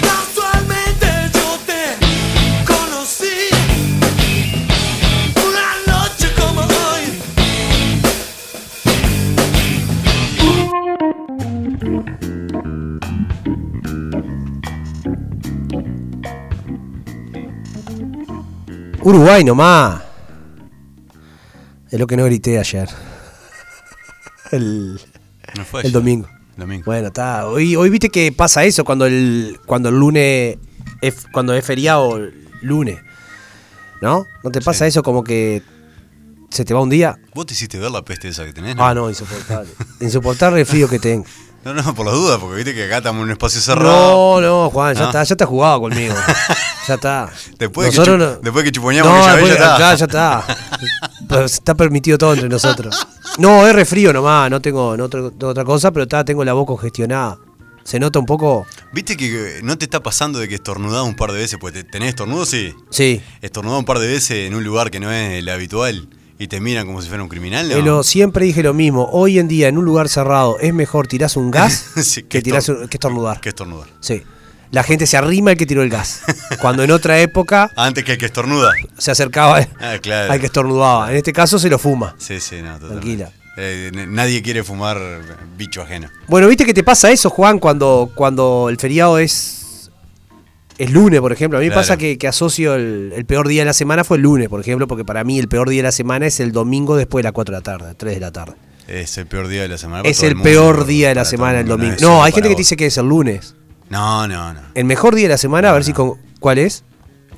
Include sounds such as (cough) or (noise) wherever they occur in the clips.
Casualmente yo te conocí una noche como hoy. Uruguay nomás. Es lo que no grité ayer. (laughs) El, No fue el ayer. domingo. Domingo. Bueno, está. Hoy, hoy viste que pasa eso cuando el, cuando el lunes. Es, cuando es feriado lunes. ¿No? ¿No te pasa eso como que se te va un día? ¿Vos te hiciste ver la peste esa que tenés? Ah, no, insoportable. insoportable el frío que tengo. No, no, por las dudas, porque viste que acá estamos en un espacio cerrado. No, no, Juan, ya No. está, ya está (laughs) jugado conmigo. Ya está. Ah. Después de que chu- después de que chuponeamos con Yabel, después- ya está. claro, ya está. (laughs) Pero está permitido todo entre nosotros. No, es refrío nomás, no tengo, no tengo otra cosa, pero está, tengo la voz congestionada. ¿Se nota un poco? ¿Viste que eh, no te está pasando de que estornudás un par de veces? Pues te- tenés estornudo, sí. Sí. Estornudás un par de veces en un lugar que no es el habitual y te miran como si fuera un criminal, ¿no? Eh, lo- siempre dije lo mismo. Hoy en día, en un lugar cerrado, es mejor tirás un gas (laughs) Sí, que, que tirás estor- un- que estornudar. Que estornudar. Sí. La gente se arrima el que tiró el (laughs) gas. Cuando en otra época Antes que el que estornuda. se acercaba Ah, claro. al que estornudaba. En este caso se lo fuma. Sí, sí, no, totalmente. Tranquila. Eh, n- nadie quiere fumar bicho ajeno. Bueno, viste que te pasa eso, Juan, cuando, cuando el feriado es, es lunes, por ejemplo. A mí me Claro. pasa que, que asocio el, el peor día de la semana fue el lunes, por ejemplo, porque para mí el peor día de la semana es el domingo después de las 4 de la tarde, 3 de la tarde. Es el peor día de la semana. para Es Ah, todo el mundo, peor día de la para todo semana el mundo, domingo. es solo No, hay para gente que te vos. dice que es el lunes. No, no, no. El mejor día de la semana, a ver si con, ¿cuál es?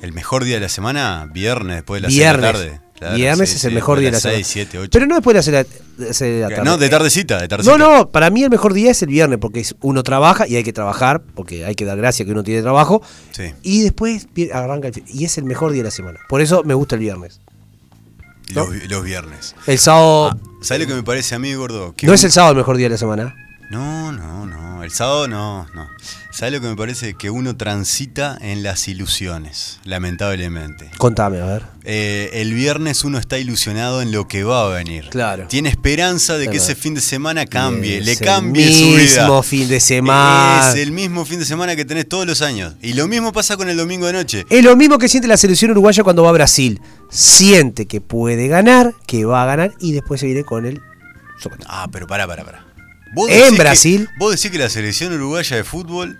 El mejor día de la semana, viernes después de las seis de la Viernes. tarde. Claro, Viernes sí, es sí, el mejor después día de la semana. 6, 7, 8. Pero no después de las seis de la- seis de la tarde. No, de tardecita, de tardecita. No, no, para mí el mejor día es el viernes, porque es- uno trabaja y hay que trabajar, porque hay que dar gracia que uno tiene trabajo. Sí. Y después vi- arranca el fin- Y es el mejor día de la semana. Por eso me gusta el viernes. Los, vi- los viernes. El sábado. ¿Sabes lo que me parece a mí, gordo? Que no un- es el sábado el mejor día de la semana. No, no, no. El sábado no, no. ¿Sabes lo que me parece? Que uno transita en las ilusiones, lamentablemente. Contame, a ver. Eh, el viernes uno está ilusionado en lo que va a venir. Claro. Tiene esperanza de que Claro. ese fin de semana cambie, Es le el cambie su vida. mismo fin de semana. Es el mismo fin de semana que tenés todos los años. Y lo mismo pasa con el domingo de noche. Es lo mismo que siente la selección uruguaya cuando va a Brasil. Siente que puede ganar, que va a ganar y después se viene con el. sopetazo. Ah, pero pará, pará, pará. ¿Vos En decís que- Brasil. vos decís que la selección uruguaya de fútbol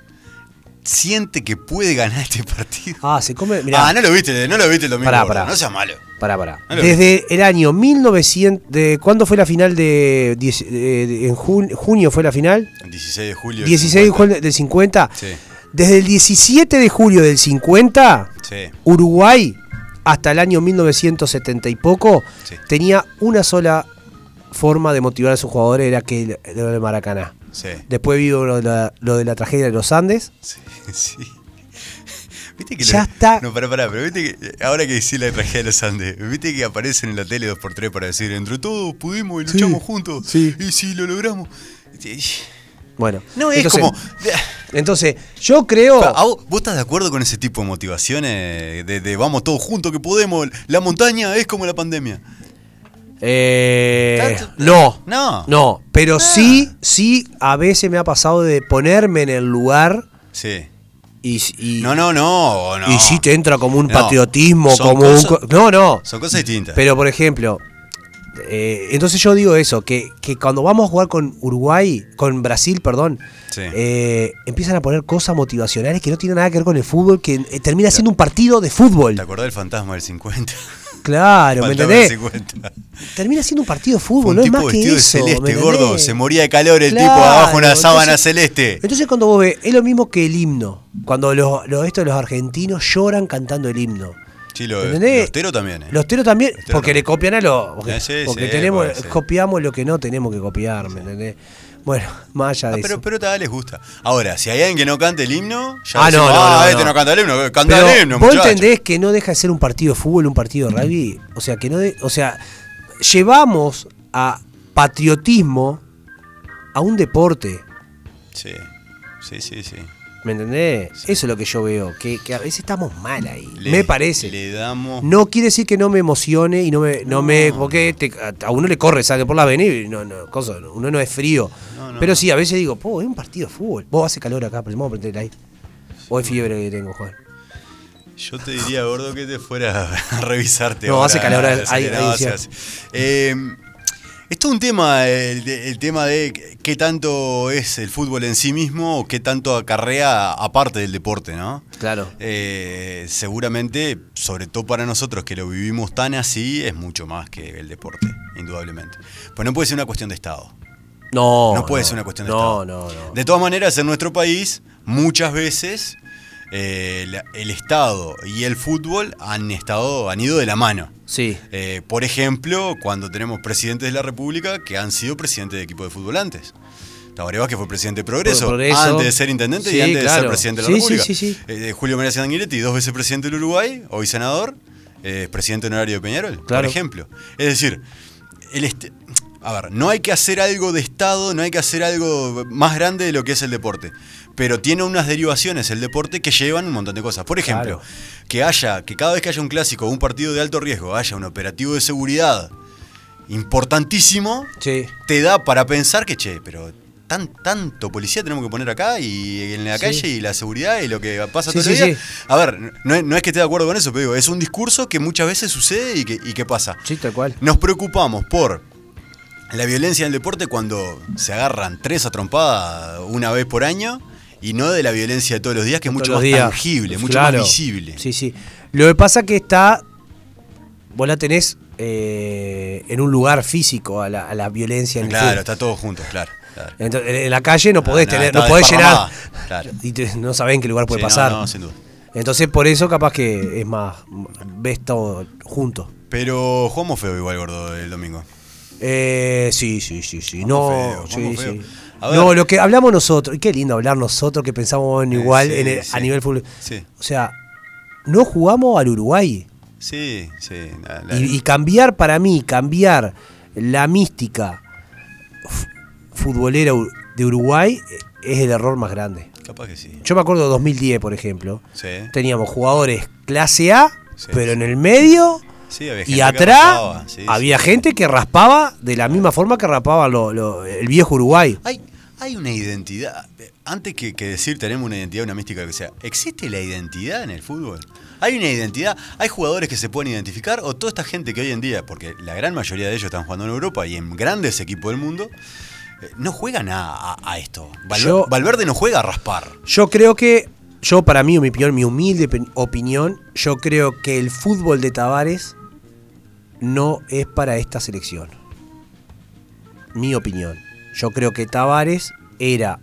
siente que puede ganar este partido. Ah, se come. Mirá, Ah, no lo viste, no lo viste el domingo. Pará, gordo, pará. No seas malo. Pará, pará. No lo Desde el año 1900. De, ¿Cuándo fue la final de.? diez- eh, de- en jun- junio fue la final. El 16 de julio. del 16 de 50. julio del 50. Sí. Desde el 17 de julio del 50, Sí. Uruguay, hasta el año 1970 y poco, Sí. tenía una sola forma de motivar a sus jugadores, era que el, el Maracaná. Sí. Después vino lo de, la, lo de la tragedia de los Andes. Sí, (laughs) sí. Viste que Ya lo- está. No, pará, pará, pero viste que eh, ahora que decís la tragedia de los Andes, viste que aparecen en la tele 2x3 para decir, entre todos pudimos y luchamos juntos. sí. Y si lo logramos. Y- Bueno, No, es entonces, oh. como. Entonces, yo creo. Pa, ¿a vos, vos estás de acuerdo con ese tipo de motivaciones? De, de vamos todos juntos que podemos, la montaña es como la pandemia. Eh, Tanto- no, No. Ah. no, pero sí, sí, a veces me ha pasado de ponerme en el lugar Sí. y, y- No, no, no. no. y sí te entra como un No. patriotismo, Son como un... cosas- co- No, no. Son cosas distintas. Pero, por ejemplo, eh, entonces yo digo eso, que, que cuando vamos a jugar con Uruguay, con Brasil, perdón, Sí. eh, empiezan a poner cosas motivacionales que no tienen nada que ver con el fútbol, que eh, termina siendo un partido de ¿Te fútbol. acordás del fantasma del 50? (laughs) Claro, ¿me Faltaba entendés? el 50. Termina siendo un partido de Fue un fútbol, Uh, no es tipo más que vestido eso. de ¿me celeste, entendés? gordo. Se moría de calor el tipo Claro, abajo una entonces- sábana celeste. Entonces cuando vos ves, es lo mismo que el himno. Cuando los, los, estos, los argentinos lloran cantando el himno. Sí, lo, ¿Entendés? los teros también. eh. Los teros también, Los teros porque también. le copian a los. Porque, Eh, sí, porque sí, tenemos, puede ser. copiamos lo que no tenemos que copiar, ¿me entendés? Bueno, más allá Ah, de pero, eso. pero tal les gusta. Ahora, si hay alguien que no cante el himno, ya Ah, decimos, no, no, "Ah, no, este no". no canta el himno, canta Pero el himno, vos muchacho". entendés que no deja de ser un partido de fútbol, un partido de rugby. O sea, que no de- o sea, llevamos a patriotismo a un deporte. Sí, sí, sí, sí. ¿Me entendés? Eso es lo que yo veo, que, que a veces estamos mal ahí. Le- me parece. Le damos. No quiere decir que no me emocione y no me. No, me porque te- a, a uno le corre sangre por la vena y no, no, cosa, no, uno no es frío. No, no, pero no. sí, a veces digo, po, es un partido de fútbol. Vos hace calor acá, pero vamos a prender ahí. O es fiebre que tengo, Juan. Yo te diría, gordo, que te fuera a (laughs) revisarte. No, ahora, hace calor, hay- hay- no, hay- hace- hace. Eh, esto es un tema, el, de- el tema de qué tanto es el fútbol en sí mismo o qué tanto acarrea aparte del deporte, ¿no? Claro. Eh, seguramente, sobre todo para nosotros que lo vivimos tan así, es mucho más que el deporte, indudablemente. Pues no puede ser una cuestión de Estado. No. No puede ser una cuestión de no, Estado. No, no, De todas maneras, en nuestro país, muchas veces eh, la- el Estado y el fútbol han estado, han ido de la mano. Sí. Eh, por ejemplo, cuando tenemos presidentes de la República que han sido presidentes de equipo de fútbol antes. Tabaré Vázquez fue presidente de Progreso, Progreso. antes de ser intendente Sí, y antes de claro. ser presidente de la Sí, sí, República. sí, sí. Eh, Julio María Sanguinetti, dos veces presidente del Uruguay, hoy senador, eh, presidente honorario de Peñarol, por Claro. ejemplo. Es decir, el este- a ver, no hay que hacer algo de Estado, no hay que hacer algo más grande de lo que es el deporte. Pero tiene unas derivaciones el deporte que llevan un montón de cosas. Por ejemplo, Claro. que haya, que cada vez que haya un clásico o un partido de alto riesgo, haya un operativo de seguridad importantísimo, Sí. te da para pensar que, che, pero tan, tanto policía tenemos que poner acá y en la Sí. calle y la seguridad y lo que pasa Sí, todo el sí, día. sí. A ver, no, no es que esté de acuerdo con eso, pero digo, es un discurso que muchas veces sucede y que, y que pasa. Sí, tal cual. Nos preocupamos por la violencia en el deporte cuando se agarran tres a trompada una vez por año y no de la violencia de todos los días, que es mucho todos más los días. tangible, mucho Claro. más visible. Sí, sí. Lo que pasa que está. Vos la tenés eh, en un lugar físico a la, a la violencia en el Claro, fútbol. está todo junto, claro. claro. Entonces, en la calle no podés no, tener, está no podés llenar. desparramada. Claro. Y te- no sabés en qué lugar (laughs) puede Sí, no, pasar. no, sin duda. Entonces, por eso capaz que es más. Ves todo junto. Pero jugamos feo igual, gordo, el domingo. Eh, sí, sí, sí, sí. No, Vamos feo, sí, vamos feo. sí. A ver. No, lo que hablamos nosotros, y qué lindo hablar nosotros que pensamos en Eh, igual sí, en el- sí. a nivel fútbol. Sí. O sea, no jugamos al Uruguay. Sí, sí. la- la- Y, y cambiar para mí, cambiar la mística f- futbolera u- de Uruguay eh, es el error más grande. Capaz que sí. Yo me acuerdo de 2010, por ejemplo. Sí. Teníamos jugadores clase A, Sí, pero sí. en el medio Sí, había gente y que atrás raspaba, sí, había sí. gente que raspaba de la misma forma que raspaba lo- lo- el viejo Uruguay. Hay, hay una identidad. Antes que, que decir tenemos una identidad, una mística que sea, ¿existe la identidad en el fútbol? ¿Hay una identidad? ¿Hay jugadores que se pueden identificar? ¿O toda esta gente que hoy en día, porque la gran mayoría de ellos están jugando en Europa y en grandes equipos del mundo, eh, no juegan a, a- a esto? Valver- Yo- Valverde no juega a raspar. Yo creo que, yo para mí, mi opinión, mi humilde pe- opinión, yo creo que el fútbol de Tavares no es para esta selección. Mi opinión. Yo creo que Tavares era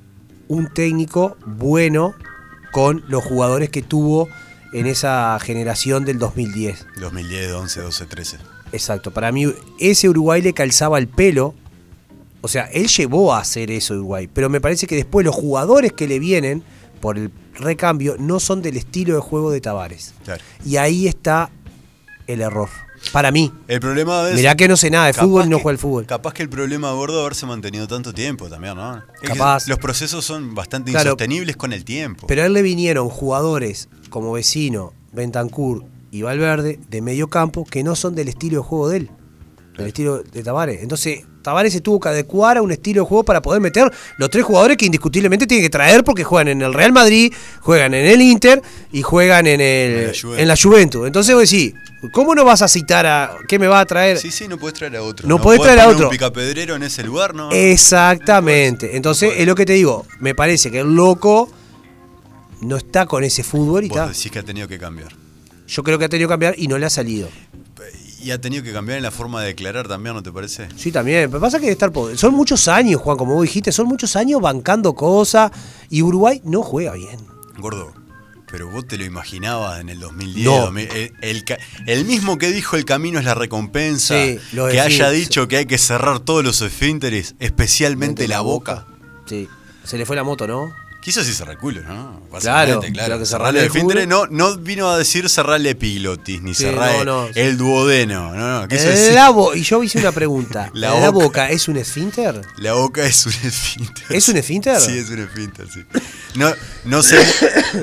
un técnico bueno con los jugadores que tuvo en esa generación del 2010. 2010, 11, 12, 13. Exacto, para mí ese Uruguay le calzaba el pelo. O sea, él llevó a hacer eso Uruguay, pero me parece que después los jugadores que le vienen por el recambio no son del estilo de juego de Tavares. Claro. Y ahí está el error. Para mí. El problema es. Mirá que no sé nada de Capaz fútbol y no que- juego al fútbol. Capaz que el problema gordo haberse mantenido tanto tiempo también, ¿no? Es que Capaz. Los procesos son bastante Claro. insostenibles con el tiempo. Pero a él le vinieron jugadores como Vecino, Bentancur y Valverde de medio campo que no son del estilo de juego de él, del estilo de Tavares. Entonces, Tavares se tuvo que adecuar a un estilo de juego para poder meter los tres jugadores que indiscutiblemente tiene que traer porque juegan en el Real Madrid, juegan en el Inter y juegan en, el, En la en, Juventus. la Juventus. Entonces vos decís, ¿cómo no vas a citar a... ¿Qué me va a traer? Sí, sí, no puedes traer a otro. No podés traer a poner otro. Eh, un picapedrero en ese lugar, ¿no? Exactamente. Entonces, puede. es lo que te digo. Me parece que el loco no está con ese fútbol y Vos está. decís que ha tenido que cambiar. Yo creo que ha tenido que cambiar y no le ha salido. Y ha tenido que cambiar en la forma de declarar también, ¿no te parece? Sí, también. Pero pasa que debe estar pobre. Son muchos años, Juan, como vos dijiste, son muchos años bancando cosas y Uruguay no juega bien. Gordo, pero vos te lo imaginabas en el 2010. No. 2000, el, el ca- el mismo que dijo el camino es la recompensa, Sí, lo que haya esfínteres. dicho que hay que cerrar todos los esfínteres, especialmente la boca. Sí. Se le fue la moto, ¿no? Quiso sí cerrar culo, ¿no? Claro, Básicamente, claro que cerrarle cerrarle el el esfínter, no, culo. no vino a decir cerrarle pilotis, ni Sí, cerrar no, no. el duodeno. No, no, quiso decir. La bo- Eh, y yo hice una pregunta. La (laughs) ¿La, boca. boca. es un esfínter? La boca es un (laughs) esfínter. ¿Es un esfínter? Sí, es un esfínter, sí. No, no, se,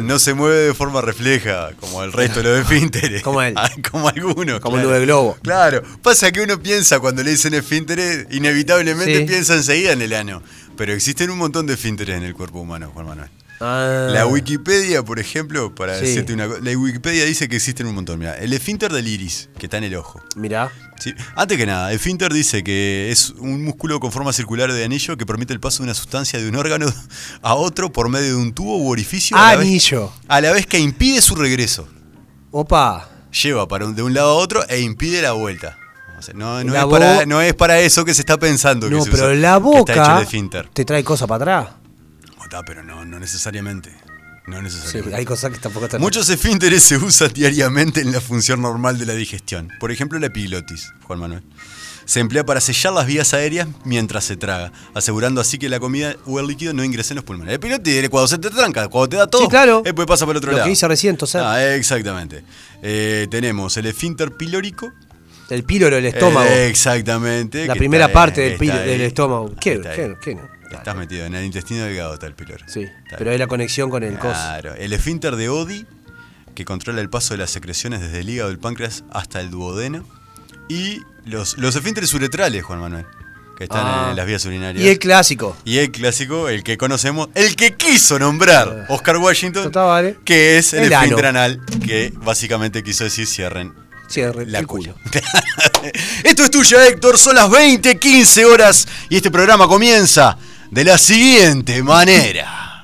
no se mueve de forma refleja, como el resto de los de Finterest. Como él. (laughs) Ah, Como algunos. Como el Nube Globo. Claro. Pasa que uno piensa cuando le dicen Finterest, inevitablemente Sí. piensa enseguida en el ano. Pero existen un montón de Finterest en el cuerpo humano, Juan Manuel. Ah, La Wikipedia, por ejemplo, para Sí. decirte una cosa, la Wikipedia dice que existen un montón. Mira, el esfínter del iris, que está en el ojo. Mirá. ¿sí? Antes que nada, el esfínter dice que es un músculo con forma circular de anillo que permite el paso de una sustancia de un órgano (laughs) a otro por medio de un tubo u orificio. a la vez- Ah, Anillo. a la vez que impide su regreso. Opa. Lleva para un- de un lado a otro e impide la vuelta. O sea, no, no La es bo- para, no es para eso que se está pensando. que No, se pero usa, la que Está hecho el boca esfínter. te trae cosas para atrás. Ah, está, pero no, no necesariamente. No Sí, necesariamente. hay cosas que tampoco están. Muchos esfínteres se usan (laughs) diariamente en la función normal de la digestión. Por ejemplo, la epilotis, Juan Manuel. Se emplea para sellar las vías aéreas mientras se traga, asegurando así que la comida o el líquido no ingrese en los pulmones. La epilotis es cuando se te tranca, cuando te da todo, Sí, claro. después pasa por el otro Lo lado. que hice recién, entonces. Ah, exactamente. Eh, tenemos el esfínter pilórico. El píloro, el estómago. Eh, exactamente. La que primera ahí, parte del está pil- ahí. del estómago. ¿Qué- Está ahí. qué- qué no? Estás metido en el intestino delgado, está el pilor. sí, pero es la conexión con el cos. Claro, el esfínter de Odi, que controla el paso de las secreciones desde el hígado del páncreas hasta el duodeno. Y los, los esfínteres uretrales, Juan Manuel, que están Ah. en las vías urinarias. Y el clásico. Y el clásico, el que conocemos, el que quiso nombrar Oscar Washington, Eh. Total, vale. que es el, El ano. esfínter anal, que básicamente quiso decir cierren Cierre, la el culo. culo. (laughs) Esto es tuyo, Héctor. Son las 20.15 horas y este programa comienza de la siguiente manera.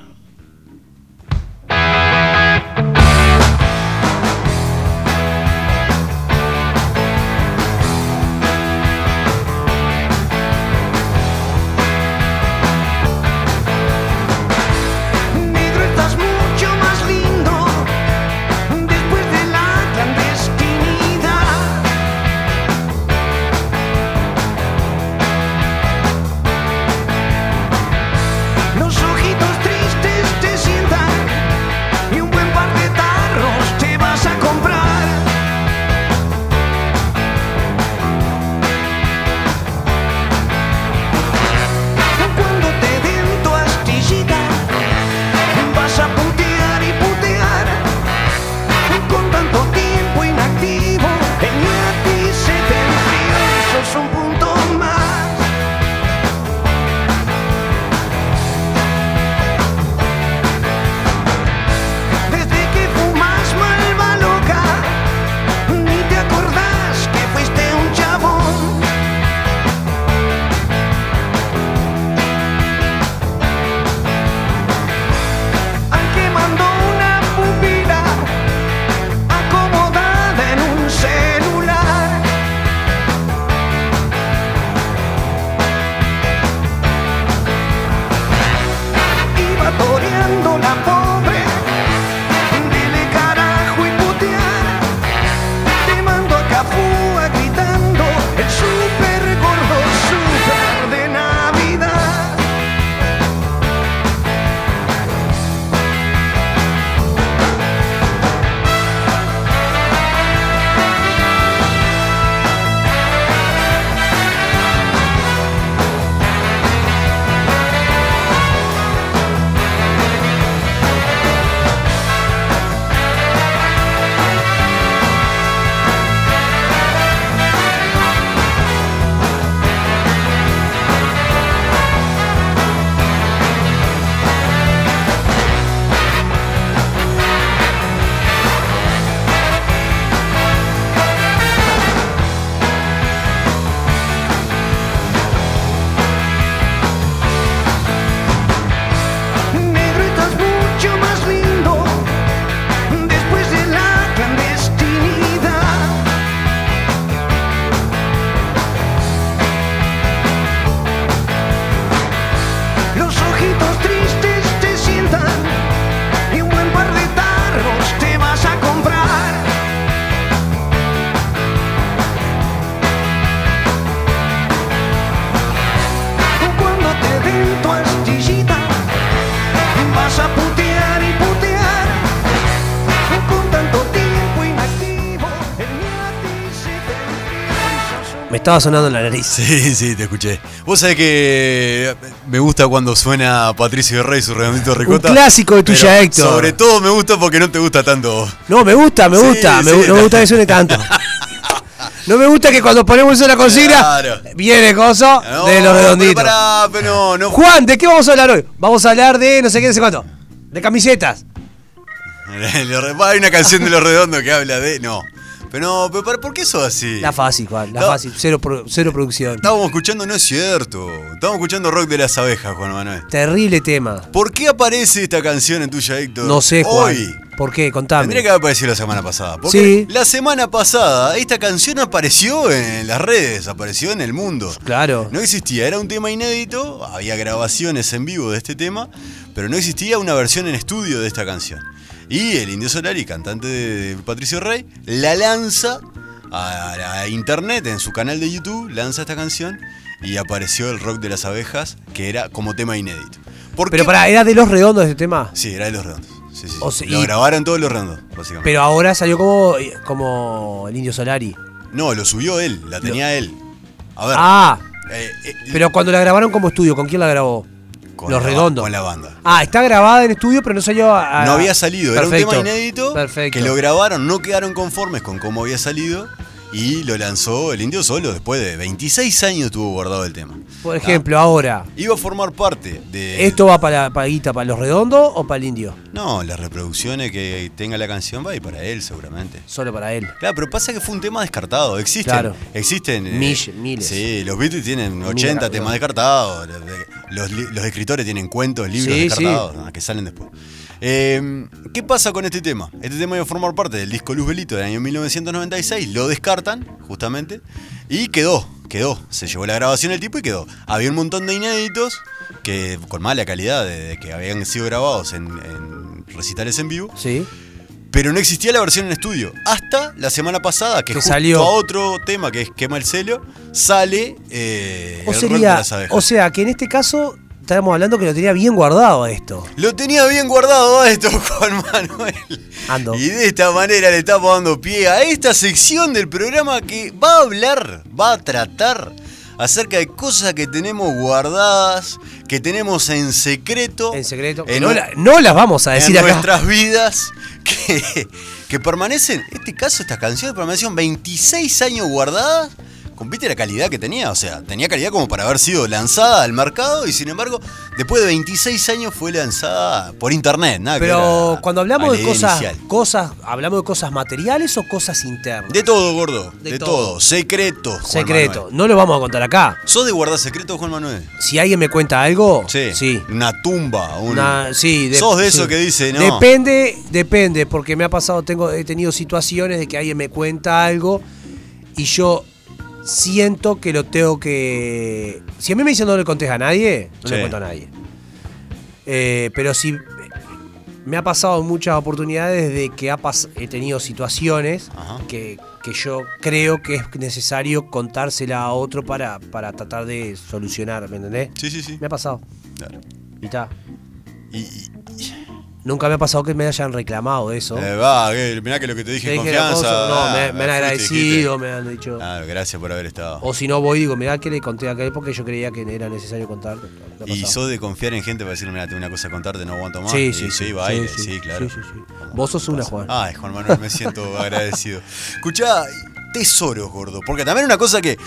Negro estás mucho más lindo después de la clandestinidad. Los ojitos tristes Me estaba sonando en la nariz. Sí, sí, te escuché. Vos sabés que eh, me gusta cuando suena Patricio Rey su redondito ricota. clásico de tuya, pero Héctor. Sobre todo me gusta porque no te gusta tanto. No, me gusta, me Sí, gusta. me, sí. gu- no me gusta que suene (laughs) tanto. No me gusta que cuando ponemos eso en la consigna, Claro. viene Coso No, de los redonditos. Pero pará, pero no, no. (laughs) Juan, ¿de qué vamos a hablar hoy? Vamos a hablar de no sé qué, no sé cuánto. De camisetas. Lo re- Hay una canción de los redondos que habla de. No. Pero no, pero pará, ¿por qué sos así? La fácil, Juan, la No. fácil. Cero, pro- cero producción. Estábamos escuchando, no es cierto. Estábamos escuchando rock de las abejas, Juan Manuel. Terrible tema. ¿Por qué aparece esta canción en tuya, Héctor? No sé, Juan. Hoy. ¿Por qué? Contame. Tendría que haber aparecido la semana pasada. Sí. Porque la semana pasada esta canción apareció en las redes, apareció en el mundo. Claro. No existía, era un tema inédito, había grabaciones en vivo de este tema, pero no existía una versión en estudio de esta canción. Y el Indio Solari, cantante de de Patricio Rey, la lanza a la internet, en su canal de YouTube, lanza esta canción y apareció el rock de las abejas, que era como tema inédito. ¿Por Pero qué? pará, ¿era de los redondos este tema? Sí, era de los redondos. Sí, sí, O sí. sea, Lo y- grabaron todos los redondos, básicamente. Pero ahora salió como, como el Indio Solari. No, lo subió él, la tenía él. A ver. Ah, eh, eh, pero cuando la grabaron como estudio, ¿con quién la grabó? con Los la ba- Redondos. Con la banda. Ah, está grabada en estudio, pero no salió a... a- no había salido, era un Perfecto. tema inédito Perfecto. que lo grabaron, no quedaron conformes con cómo había salido y lo lanzó el indio solo después de 26 años tuvo guardado el tema. Por ejemplo, ahora, Iba a formar parte de... ¿esto va para, para Guita, para los redondos o para el Indio? No, las reproducciones que tenga la canción va y para él seguramente. Solo para él. Claro, pero pasa que fue un tema descartado. Existen. Claro. Existen. eh, Mill- miles. Sí, los Beatles tienen 80 Miles, temas descartados. Los, li- los escritores tienen cuentos, libros Sí, descartados ah, que salen después. Eh, ¿Qué pasa con este tema? Este tema iba a formar parte del disco Luz Belito del año 1996. Lo descartan, justamente. Y quedó, quedó. Se llevó la grabación el tipo y quedó. Había un montón de inéditos que con mala calidad, de, de que habían sido grabados en- en recitales en vivo. Sí. Pero no existía la versión en estudio. Hasta la semana pasada, que, Que justo salió. a otro tema que es Quema el Celo, sale eh, O, el rock de sería, las abejas. o sea, que en este caso estábamos hablando que lo tenía bien guardado esto. Lo tenía bien guardado a esto (laughs) Juan Manuel. Ando. Y de esta manera le estamos dando pie a esta sección del programa que va a hablar, va a tratar acerca de cosas que tenemos guardadas, que tenemos en secreto. En secreto. en no, un- la- no las vamos a decir en acá. nuestras vidas que, que permanecen, en este caso, estas canciones permanecieron 26 años guardadas. Compite la calidad que tenía, o sea, tenía calidad como para haber sido lanzada al mercado y sin embargo, después de 26 años fue lanzada por internet, nada Ah, que ver Pero a- cuando a hablamos la de idea cosas, inicial. cosas, hablamos de cosas materiales o cosas internas. De todo, gordo, De de, todo. todo. secretos. Juan Secreto. Manuel. No lo vamos a contar acá. ¿Sos de guardar secretos, Juan Manuel? Si alguien me cuenta algo, Sí. Una tumba, un- Una- sí, de- Sos de eso sí. que dice, no. Depende, depende, porque me ha pasado, tengo, he tenido situaciones de que alguien me cuenta algo y yo siento que lo tengo que. Si a mí me dicen no le contés a nadie, no le Sí. cuento a nadie. Eh, pero si me ha pasado en muchas oportunidades de que ha pas- he tenido situaciones Ajá. que, que yo creo que es necesario contársela a otro para, para tratar de solucionar, ¿me entendés? Sí, sí, sí. Me ha pasado. Claro. Y está. Y- y- Nunca me ha pasado que me hayan reclamado eso. Eh, va, que- mirá que lo que te dije, Te en dije la confianza. cosa, no, ah, me, me han fuiste, agradecido, dijiste. Ah. me han dicho. Claro, gracias por haber estado. O si no voy, digo, mirá que le conté a aquel porque yo creía que era necesario contar. y sos de confiar en gente para decir, mira, tengo una cosa a contarte, no aguanto más. Sí, Y sí, sí, baile, sí, sí, sí, claro. Ah, sí, sí, sí. Vos sos una, Juan. Ay, Juan Manuel, me (laughs) siento agradecido. Escuchá, tesoros, gordo. Porque también una cosa que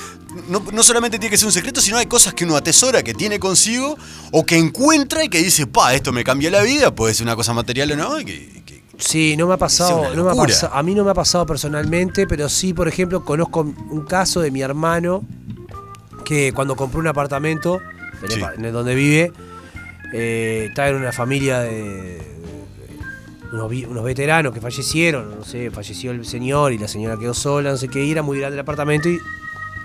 no, no solamente tiene que ser un secreto, sino hay cosas que uno atesora, que tiene consigo, o que encuentra y que dice, pa, esto me cambió la vida, puede ser una cosa material o no, y que- que- Sí, no me ha pasado, una no me ha locura. pasa- a mí no me ha pasado personalmente, pero sí, por ejemplo, conozco un caso de mi hermano que cuando compró un apartamento en el Sí. pa- en el donde vive, eh, estaba en una familia de, de- unos, vi- unos veteranos que fallecieron, no sé, falleció el señor y la señora quedó sola, no sé qué, y era muy grande el apartamento y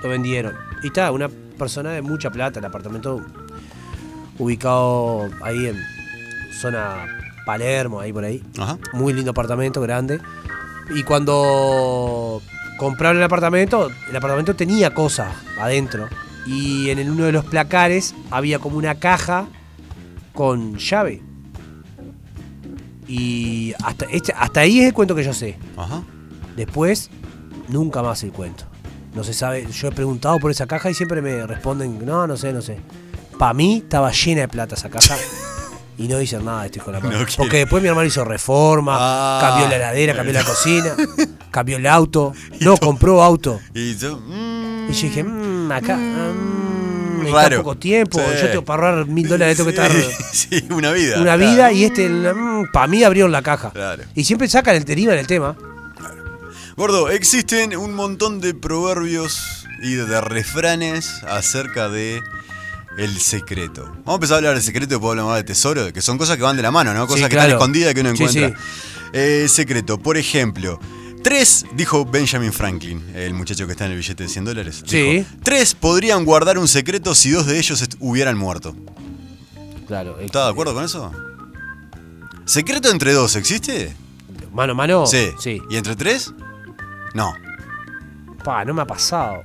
lo vendieron. Y está, una persona de mucha plata, el apartamento ubicado ahí en zona Palermo, ahí por ahí. Ajá. Muy lindo apartamento, grande. Y cuando compraron el apartamento, el apartamento tenía cosas adentro. Y en el- uno de los placares había como una caja con llave. Y hasta, este- hasta ahí es el cuento que yo sé. Ajá. Después, nunca más el cuento. No se sabe. Yo he preguntado por esa caja y siempre me responden, no, no sé, no sé. Para mí estaba llena de plata esa caja. Y no dicen nada de esto, hijo de la madre. (laughs) No quiere. Porque después mi hermano hizo reforma, Ah. cambió la heladera, cambió la (laughs) cocina, cambió el auto. No, compró auto. Y yo, mm, Y yo dije, mmm, acá. mm, me queda Raro. poco tiempo. Sí. Yo tengo para ahorrar mil dólares, tengo que estar (laughs) Sí, una vida. (laughs) una claro. vida y este, para mí abrieron la caja. Claro. Y siempre sacan el deriva en el tema. Gordo, existen un montón de proverbios y de refranes acerca de el secreto. Vamos a empezar a hablar del secreto y puedo hablar más de tesoro, que son cosas que van de la mano, ¿no? Cosas Sí, que claro. están escondidas que uno Sí, encuentra. Eh, secreto, por ejemplo, tres, dijo Benjamin Franklin, el muchacho que está en el billete de 100 dólares. Sí. dijo, tres podrían guardar un secreto si dos de ellos est- hubieran muerto. Claro. eh, ¿Estás de acuerdo con eso? ¿Secreto entre dos existe? Mano a mano. sí. Oh, Sí. ¿Y entre tres? No. Pa, no me ha pasado.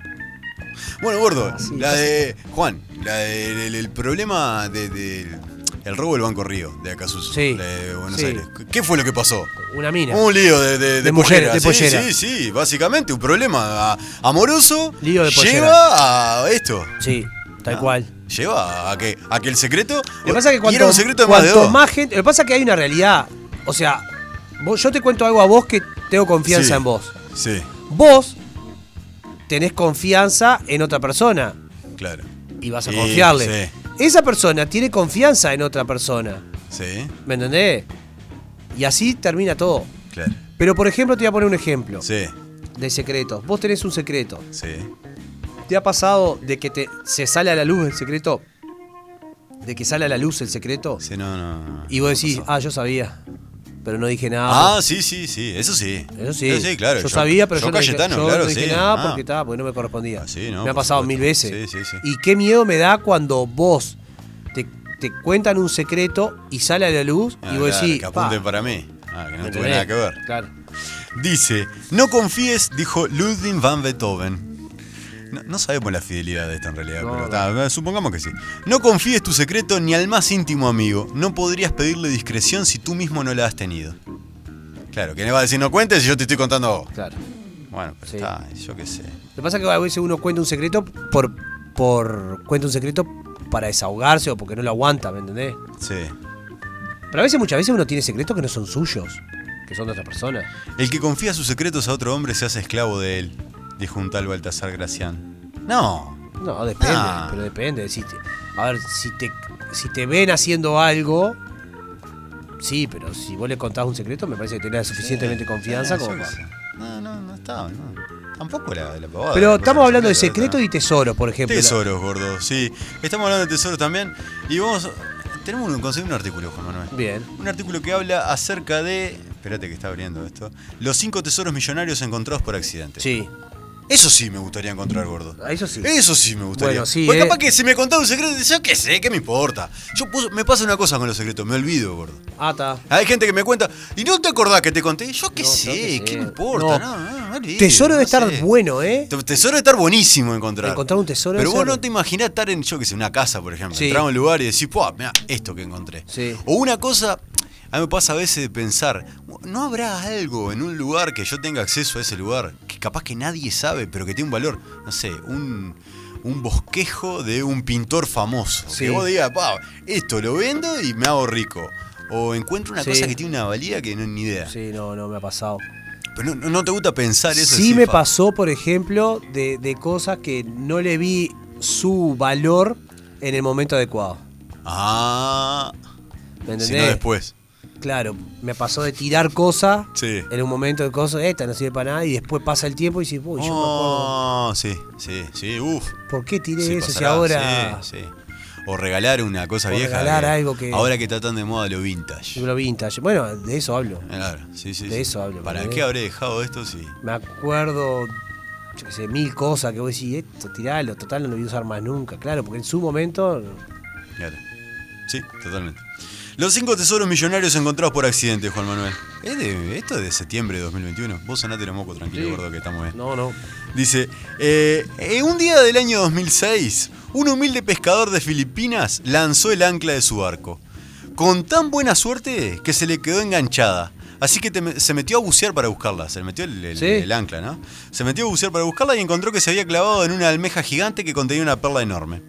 Bueno, gordo, Ah, sí. la de. Juan, la de- el, el problema de, de- el robo del Banco Río, de Acasuso, Sí, la de Buenos sí. Aires. ¿Qué fue lo que pasó? Una mina. Un lío de, de, De mujer- de sí, pollera. Sí, sí, básicamente, un problema a- amoroso Lío de pollera. lleva a esto. Sí, tal Ah, cual. Lleva a que, a que el secreto. Lo que pasa es que y cuanto, era un secreto de más cuanto de más, dos. gente. Lo que pasa es que hay una realidad. O sea, vos- yo te cuento algo a vos que tengo confianza Sí. en vos. Sí, Vos tenés confianza en otra persona claro. y vas a Sí, confiarle. Esa persona tiene confianza en otra persona. Sí, ¿Me entendés? Y así termina todo. claro. Pero por ejemplo, te voy a poner un ejemplo Sí, de secretos. Vos tenés un secreto. sí. ¿Te ha pasado de que te, se sale a la luz el secreto? ¿De que sale a la luz el secreto? Sí, no, no. no. Y vos decís, ah, yo sabía, pero no dije nada. Ah, sí, sí, sí, eso sí. eso sí, claro. yo, sabía, pero yo, no dije, Cayetano, yo claro, no dije sí. nada Ah, porque, estaba, porque no me correspondía. Ah, sí, no, me ha por pasado supuesto. mil veces. Sí, sí, sí. Y qué miedo me da cuando vos te, te cuentan un secreto y sale a la luz ah, y vos claro, decís, que pa, apunten para mí. Ah, que no ¿me tuve entendés? nada que ver. Claro. Dice, no confíes, dijo Ludwig van Beethoven. No, no sabemos la fidelidad de esta en realidad, No, pero no. está, supongamos que sí. No confíes tu secreto ni al más íntimo amigo. No podrías pedirle discreción si tú mismo no la has tenido. Claro, que le va a decir no cuentes si yo te estoy contando a vos? Claro. Bueno, pero Sí. está, yo qué sé. Lo que pasa es que a veces uno cuenta un secreto por, por cuenta un secreto para desahogarse o porque no lo aguanta, ¿me entendés? Sí. Pero a veces, muchas veces uno tiene secretos que no son suyos, que son de otra persona. El que confía sus secretos a otro hombre se hace esclavo de él, dijo un tal Baltasar Gracián. No. No, depende, Ah. pero depende. Si te- a ver, si te, si te ven haciendo algo, sí, pero si vos le contás un secreto, me parece que tenés suficientemente confianza Eh, yo como qué para- sé. No, no, no estaba. No. Tampoco la, la pavada. Pero la estamos cosa hablando de secreta, secreto ¿no? y tesoro, por ejemplo. Tesoros, gordo, sí. Estamos hablando de tesoros también. Y vamos. Tenemos un, conseguí un artículo, Juan Manuel. Bien. Un artículo que habla acerca de. Espérate que está abriendo esto. Los cinco tesoros millonarios encontrados por accidente. Sí, Eso sí me gustaría encontrar, gordo. Ah, eso sí. Eso sí me gustaría. Bueno, sí, Porque eh. capaz que si me contaba un secreto, yo qué sé, qué me importa. Yo puso- me pasa una cosa con los secretos, me olvido, gordo. ah, está. Hay gente que me cuenta, y no te acordás que te conté. Yo qué No, yo sé, qué qué sé. me importa. No. No, no, no, me olvido, Tesoro no debe estar sé. bueno, ¿eh? Tu tesoro debe estar buenísimo encontrar. Encontrar un tesoro Pero debe vos ser- no te imaginás estar en, yo que sé, una casa, por ejemplo. Sí. Entrar a un lugar y decir, ¡puah! Mirá, esto que encontré. Sí. O una cosa, a mí me pasa a veces de pensar, ¿no habrá algo en un lugar que yo tenga acceso a ese lugar que capaz que nadie sabe, pero que tiene un valor? No sé, un. un bosquejo de un pintor famoso. Sí. Que vos digas, "Pah, esto lo vendo y me hago rico. O encuentro una Sí. cosa que tiene una valía que no ni idea. Sí, no, no, me ha pasado. Pero no, no te gusta pensar eso. sí decir, me "Pa, pasó, por ejemplo, de, de cosas que no le vi su valor en el momento adecuado. Ah. ¿Me entendés? Si no después. Claro, me pasó de tirar cosas Sí. en un momento de cosas, esta no sirve para nada, y después pasa el tiempo y dices, uy, yo me acuerdo, Oh, sí, sí, sí, uff. ¿por qué tiré Sí, eso si pasará, ahora Sí, sí. O regalar una cosa O vieja. regalar algo que- Ahora que está tan de moda lo vintage. libro vintage? Bueno, de eso hablo. Claro, sí, sí, De sí. eso hablo, ¿Para ¿verdad? qué habré dejado esto? Sí. Me acuerdo, yo qué sé, mil cosas que vos decís, esto, tiralo, total no lo voy a usar más nunca, claro, porque en su momento, Claro. Sí, totalmente. Los cinco tesoros millonarios encontrados por accidente, Juan Manuel. ¿Es de- esto es de septiembre de 2021. Vos sonate los mocos, tranquilo, Sí. gordo, que estamos eh. bien. no, no. Dice, eh, en un día del año 2006, un humilde pescador de Filipinas lanzó el ancla de su barco, con tan buena suerte que se le quedó enganchada, Así que te me- se metió a bucear para buscarla. Se metió el, el- Sí. el ancla, ¿no? Se metió a bucear para buscarla y encontró que se había clavado en una almeja gigante que contenía una perla enorme.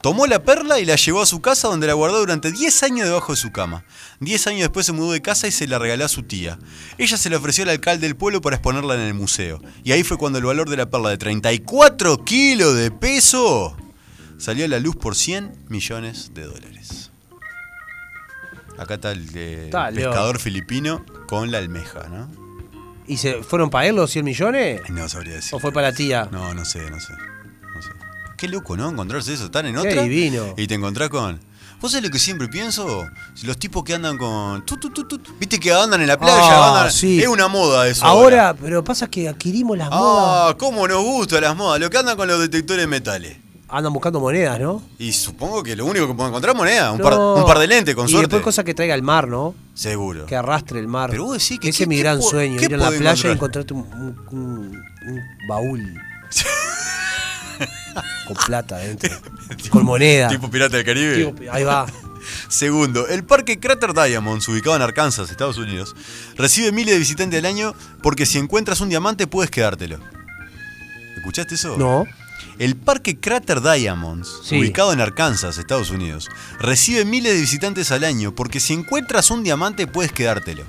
Tomó la perla y la llevó a su casa donde la guardó durante 10 años debajo de su cama. 10 años después se mudó de casa y se la regaló a su tía. Ella se la ofreció al alcalde del pueblo para exponerla en el museo. Y ahí fue cuando el valor de la perla de 34 kilos de peso salió a la luz por 100 millones de dólares. Acá está el, eh, Está loco. pescador filipino con la almeja, ¿no? ¿Y se fueron para él los 100 millones? Ay, No sabría decir. ¿O fue para la tía? No, no sé, no sé. No sé. Qué loco, ¿no? Encontrarse eso. Están en Qué otra. divino. Y te encontrás con. ¿Vos sabés lo que siempre pienso? Los tipos que andan con. tu, tu, tu, tu, tu. Viste que andan en la playa, Ah, andan- sí. Es una moda eso. Ahora, pero pasa que adquirimos las modas. Ah, cómo nos gustan las modas. Lo que andan con los detectores de metales. Andan buscando monedas, ¿no? Y supongo que lo único que podemos encontrar es moneda. Un, No. par, un par de lentes, con y suerte. después cosa que traiga el mar, ¿no? Seguro. Que arrastre el mar. Pero vos decís que- Ese ¿qué- es mi qué gran po- sueño, qué ir a la podés playa y encontrar? encontrarte un, un- un- un (laughs) baúl. con plata adentro. con moneda. Tipo pirata del Caribe. Tipo- ahí va. Segundo, el parque Crater Diamonds, ubicado en Arkansas, Estados Unidos, recibe miles de visitantes al año porque si encuentras un diamante puedes quedártelo. ¿Escuchaste eso? No. El parque Crater Diamonds, Sí. ubicado en Arkansas, Estados Unidos, recibe miles de visitantes al año porque si encuentras un diamante puedes quedártelo.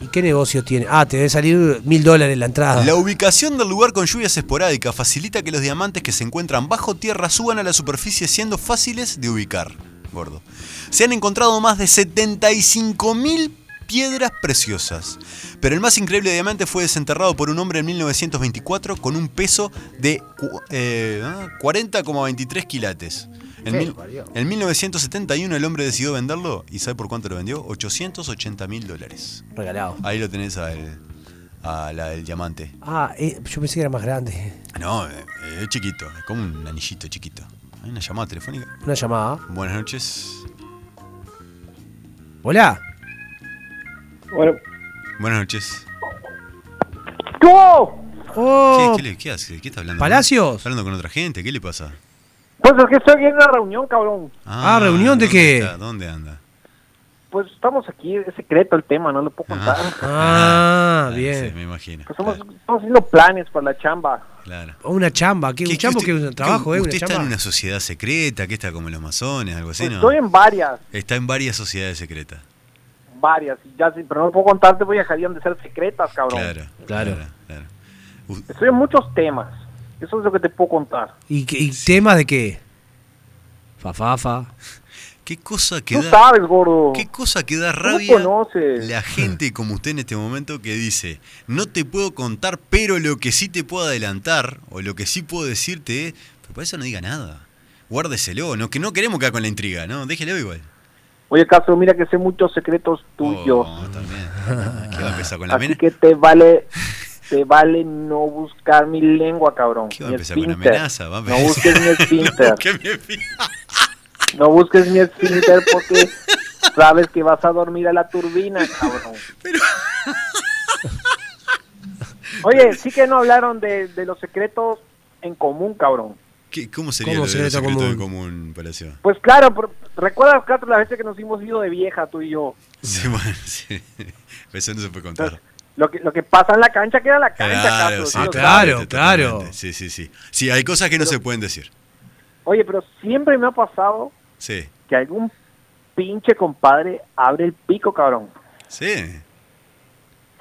¿Y qué negocio tiene? Ah, te debe salir mil dólares la entrada. La ubicación del lugar con lluvias esporádicas facilita que los diamantes que se encuentran bajo tierra suban a la superficie siendo fáciles de ubicar. Gordo. Se han encontrado más de 75.000 piedras preciosas. Pero el más increíble diamante fue desenterrado por un hombre en 1924 con un peso de cu- eh, ah, 40,23 quilates. En, mil- en 1971 el hombre decidió venderlo y ¿sabe por cuánto lo vendió? 880 mil dólares. Regalado. Ahí lo tenés al, a la del diamante. Ah, eh, yo pensé que era más grande. No, eh, es chiquito, es como un anillito chiquito. Hay una llamada telefónica. Una llamada. Buenas noches. Hola. Bueno. Buenas noches. ¿Qué hubo? Oh, ¿Qué, qué le- qué hace? ¿Qué está hablando? ¿Palacios? ¿Está hablando con otra gente? ¿Qué le pasa? Pues es que estoy en una reunión, cabrón. Ah, ¿reunión de ¿dónde qué? está? ¿Dónde anda? Pues estamos aquí, es secreto el tema, no lo puedo contar. Ah, bien. sí, me imagino. Pues somos, Claro, estamos haciendo planes para la chamba. claro. una chamba. ¿Qué, ¿Qué- un chamba qué que es usted- un trabajo, qué- ¿eh? Una ¿Usted está chamba. en una sociedad secreta? ¿Qué está como los masones? Algo así, Pues ¿no? Estoy en varias, Está en varias sociedades secretas. varias, y ya sí, pero no lo puedo contar, te voy a dejarían de ser secretas, cabrón. Claro, Claro. claro. U- Estoy en muchos temas. Eso es lo que te puedo contar. ¿Y, qué- y temas de qué? Fafafa. ¿Qué cosa que Tú da- sabes, gordo. ¿Qué cosa que da Tú rabia? conoces. La gente como usted en este momento que dice, no te puedo contar, pero lo que sí te puedo adelantar, o lo que sí puedo decirte es, pero para eso no diga nada. Guárdeselo, no, que no queremos quedar con la intriga, ¿no? Déjelo igual. Oye, Castro, mira que sé muchos secretos tuyos. Oh, también. ¿Qué va a empezar con la así amenaza? que te vale... Te vale no buscar mi lengua, cabrón. ¿Qué va a mi empezar con esfínter. amenaza? Va a No empezar- busques mi (laughs) esfínter. No, que me pi- No busques mi esfínter porque sabes que vas a dormir a la turbina, cabrón. Oye, sí que no hablaron de, de los secretos en común, cabrón. ¿Qué- ¿Cómo sería ¿Cómo lo de secreto los secretos común? en común, Palacio? (laughs) Pues claro, por- ¿recuerdas, Castro, la vez que nos hemos ido de vieja tú y yo? Sí, bueno, sí. Eso no se puede Entonces, contar. lo, que, lo que pasa en la cancha queda en la cancha, Castro. sí, ¿sí lo claro. sabes? totalmente, claro. totalmente. Sí, sí, sí. Sí, hay cosas que no se pueden decir. Oye, pero siempre me ha pasado Sí, que algún pinche compadre abre el pico, cabrón. sí.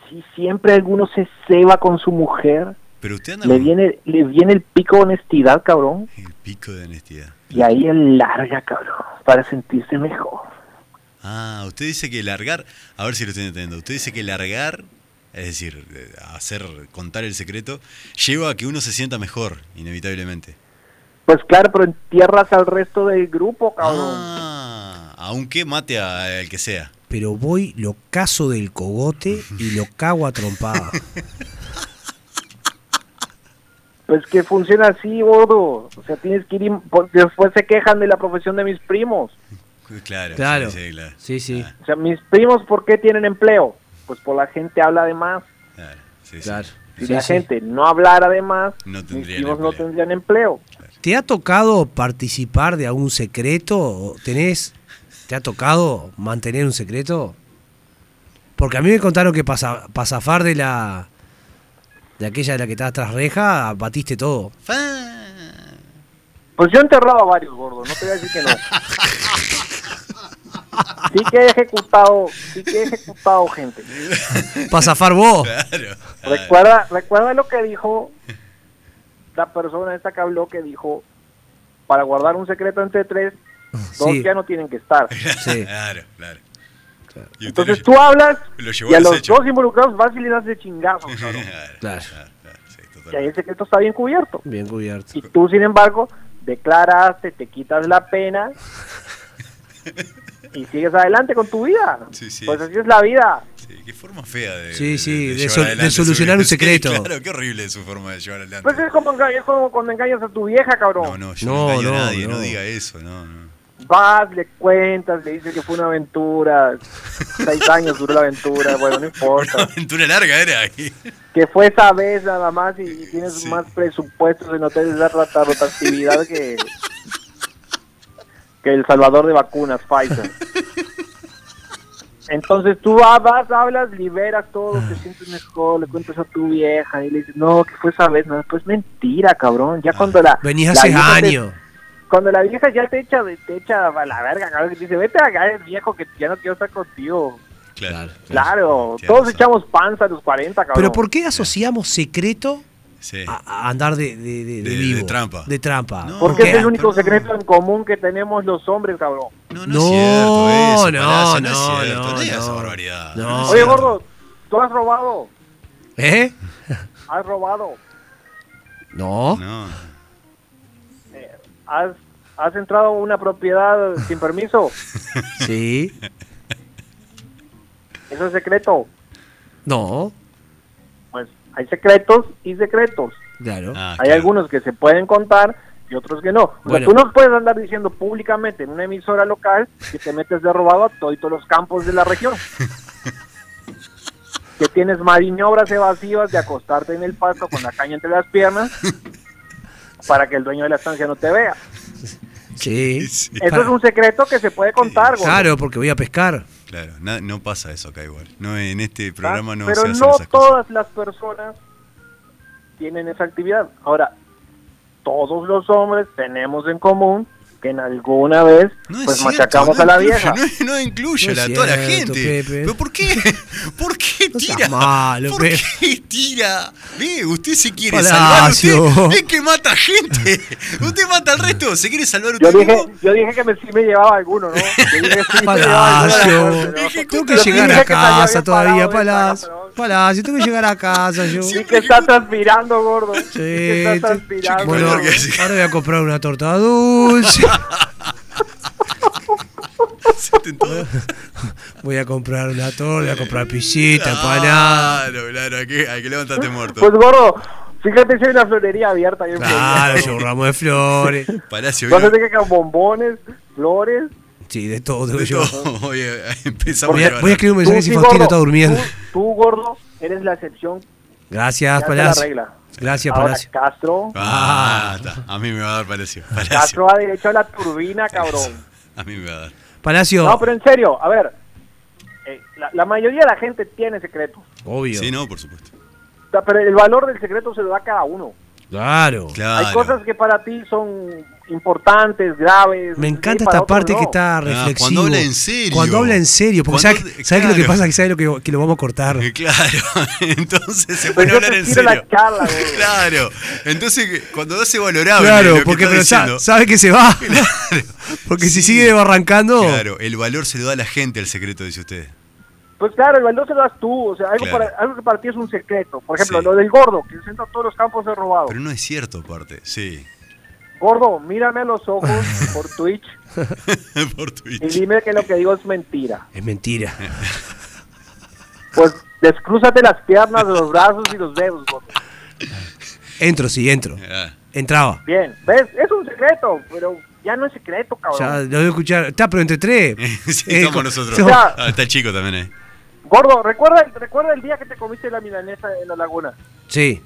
Si siempre alguno se ceba con su mujer, Pero usted anda le con viene, le viene el pico de honestidad, cabrón. el pico de honestidad. Y ahí él larga, cabrón, para sentirse mejor. Ah, usted dice que largar, a ver si lo estoy entendiendo, usted dice que largar, es decir, eh, hacer, contar el secreto, lleva a que uno se sienta mejor, inevitablemente. Pues claro, pero entierras al resto del grupo, cabrón. Ah, aunque mate a- al que sea. Pero voy, lo caso del cogote y lo cago a trompada. Pues que funciona así, gordo. O sea, tienes que ir... y- por- Después se quejan de la profesión de mis primos. Claro, Claro. sí, sí, claro. (laughs) Sí, sí. Ah, O sea, mis primos, ¿por qué tienen empleo? Pues por la gente habla de más. claro, sí, sí. Claro. Si Sí, la sí. gente no hablara de más, No mis tendrían primos no empleo. tendrían empleo. ¿Te ha tocado participar de algún secreto? ¿O ¿Tenés? ¿Te ha tocado mantener un secreto? Porque a mí me contaron que para zafar de la. de aquella de la que estás tras reja, batiste todo. Fa- Pues yo he enterrado a varios, gordo, no te voy a decir que no. Sí que he ejecutado, sí que he ejecutado gente. Para zafar vos. Claro. Recuerda, recuerda lo que dijo la persona esta que habló que dijo para guardar un secreto entre tres, dos Sí, ya no tienen que (laughs) estar. sí. Claro, claro. Y usted Entonces lo- tú hablas lo llevó y a al los acecho. dos involucrados vas y les das de chingazo. (laughs) cabrón. Claro, Claro. claro, claro, sí, Y ahí el totalmente. secreto está bien cubierto. Bien cubierto. Y tú, sin embargo, declaraste, te quitas la (laughs) pena y sigues adelante con tu vida. Sí, sí. Pues así es la vida. Sí, qué forma fea de, Sí, sí, de llevar sol- de adelante su solucionar vida. (laughs) un secreto. Sí, claro, qué horrible su forma de llevar adelante. Pues es como, enga- es como cuando engañas a tu vieja, cabrón. no, no, yo No, no, engaño no, a nadie, no. no. diga eso, no, no. Vas, le cuentas, le dices que fue (laughs) una aventura. Seis años duró la aventura, bueno, Una no importa. aventura larga era. Que fue esa vez nada más y, y tienes Sí. más presupuestos en hoteles de rata- rotatividad que, que el salvador de vacunas, Pfizer. Entonces tú va- vas, hablas, liberas todo, Ah. te sientes mejor, le cuentas a tu vieja y le dices, no, que fue esa vez, no, pues mentira, cabrón. Ya cuando la... Ah, Venís la hace vieja te- años. cuando la vieja ya te echa, de- te echa a la verga, cabrón, que te dice, vete acá, el viejo, que ya no quiero estar contigo. (laughs) Claro. Claro, Tienes todos razón. echamos panza a los 40, cabrón. Pero ¿por qué asociamos secreto Sí. a, a andar de, de, de- de De- vivo? de trampa. De trampa. No. Porque es ¿Qué? el único perdón. secreto en común que tenemos los hombres, cabrón. No, No, no, es cierto eso, Palacio, no, no, no, es cierto, no, no, digas esa no. barbaridad. No. es Ah, Oye, cierto. gordo, tú has robado, ¿Eh? has robado, No. No, has, has entrado a una propiedad sin permiso. (laughs) Sí. Eso es secreto. No. Pues hay secretos y secretos. Claro. Ah, Hay claro. algunos que se pueden contar y otros que no. O Bueno. sea, tú no puedes andar diciendo públicamente en una emisora local que te metes de robado a todos los campos de (laughs) la región. que tienes maniobras evasivas de acostarte en el pasto con la caña entre las (laughs) piernas para que el dueño de la estancia no te vea. Sí. Sí, Eso es un secreto que se puede contar, güey. Claro, porque voy a pescar. Claro, na- no pasa eso acá igual. No, en este ¿verdad? programa no Ah, Pero se hacen no esas cosas. todas las personas tienen esa actividad. Ahora, todos los hombres tenemos en común que en alguna vez No es pues cierto, machacamos no a la incluye, vieja. No, no incluye No es a la- toda la cierto, gente. Pepe. ¿Pero por qué? (laughs) ¿Por qué No seas tira? malo, ¿Por Pepe. qué tira? Ve, usted se quiere Palacio. salvar. Usted es que mata (laughs) gente. Usted mata al resto. Se quiere salvar usted Yo dije, mismo. yo dije que me, sí me llevaba alguno, ¿no? Yo dije, (laughs) sí me llevaba alguno, Palacio. pero- Tengo que pero sí llegar dije a que salía casa bien todavía, parado de casa, Palacio. ¿no? Palacio, tengo que llegar a casa yo. Sí que está transpirando, gordo. Sí, Sí, que está te- transpirando. bueno, Claro que sí. ahora voy a comprar una (laughs) torta dulce. Se (laughs) intentó. Voy a comprar una torta, voy a comprar pisita, Ah. empanada. Claro, claro. Hay que, hay que levantarte muerto. Pues gordo, fíjate si hay una florería abierta ahí en Claro, Florida. yo un ramo de flores. Palacio, Vas a vino- tener que con bombones, flores. Sí, de todo. tengo de yo. todo. (laughs) Oye, empezamos Voy a, llevar- voy a escribir un Tú, mensaje si sí, Faustino gordo, está durmiendo. Tú, tú, gordo, eres la excepción Gracias, que hace la Palacio. regla. Gracias, Ahora, Palacio. Castro, Ah, está. A mí me va a dar (laughs) Palacio. Palacio. Castro va derecho a la turbina, cabrón. (laughs) A mí me va a dar. Palacio, No, pero en serio, a ver. eh, la, la mayoría de la gente tiene secretos. obvio. Sí, no, por supuesto. O sea, pero el valor del secreto se lo da a cada uno. Claro. Claro. Hay cosas que para ti son importantes, graves. Me y encanta para esta otros parte no. que está Ah, cuando reflexivo. habla en serio. Cuando habla en serio, porque Cuando- sabes sabe que lo que claro. pasa es que sabe lo que, que lo vamos a cortar. Eh, (laughs) Claro, entonces se pone Pues a yo hablar te en tiro la serio. (laughs) charla, boludo. claro, entonces cuando hace valorable. lo Claro, que porque está pero sa- diciendo, sabe que se va. (laughs) Claro, (laughs) Porque Sí. si sigue barrancando, claro, el valor se lo da a la gente el secreto, dice usted. Pues claro, el valor se lo das tú. O sea, algo, Claro. para- algo que para ti es un secreto. Por ejemplo, Sí. lo del gordo, que sienta todos los campos de robado. Pero no es cierto, aparte. Sí, (laughs) Gordo, mírame a los ojos por Twitch por y Twitch. dime que lo que digo es mentira. es mentira. Eh. Pues descrúzate las piernas, los brazos y los dedos, gordo. Entro, sí, entro. Ah, (laughs) Entraba. Bien, ¿ves? Es un secreto, pero ya no es secreto, Ya cabrón. lo voy a escuchar. Está, pero entre tres. (laughs) sí, Eh, estamos con- nosotros. somos- Ya. Ah, está el chico también ahí. Gordo, ¿recuerda, recuerda el día que te comiste la milanesa en la laguna. Sí.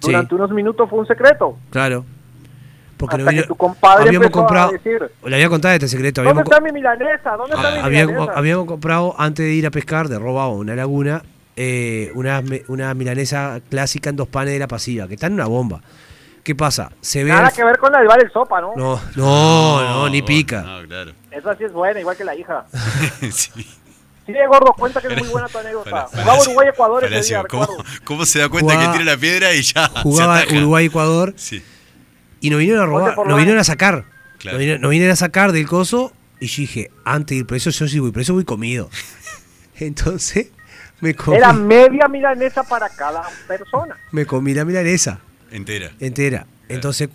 Sí, Durante unos minutos fue un secreto. claro. Porque Hasta había- que tu compadre habíamos empezó a comprado. decir, Le había contado este secreto. ¿Dónde Habíamos, co- Ah, está mi milanesa? ¿Dónde está mi había- milanesa? habíamos comprado, antes de ir a pescar, de robado una laguna, eh, una, me- una milanesa clásica en dos panes de la pasiva, que está en una bomba. ¿Qué pasa? Se ve. Nada al- que ver con la de el Sopa, ¿no? No, no, no, ni bueno, pica. No, (laughs) claro. (laughs) Esa sí es buena, igual que la hija. sí. Sí, gordo, cuenta que es muy buena tu anécdota. Para- Jugaba Uruguay-Ecuador ese Palacio, día, ¿cómo, recuerdo. cómo se da cuenta Jugaba- que tira la piedra y ya? (laughs) se Jugaba ataja? Uruguay-Ecuador Sí. y nos vinieron a Ponte robar, por nos la- vinieron a sacar. Claro. Nos, vinieron, nos vinieron a sacar del coso y yo dije, antes de ir preso, yo sí voy preso, voy comido. (laughs) Entonces me comí, (laughs) Era media milanesa para cada persona, me comí la milanesa Entera. entera. Entonces,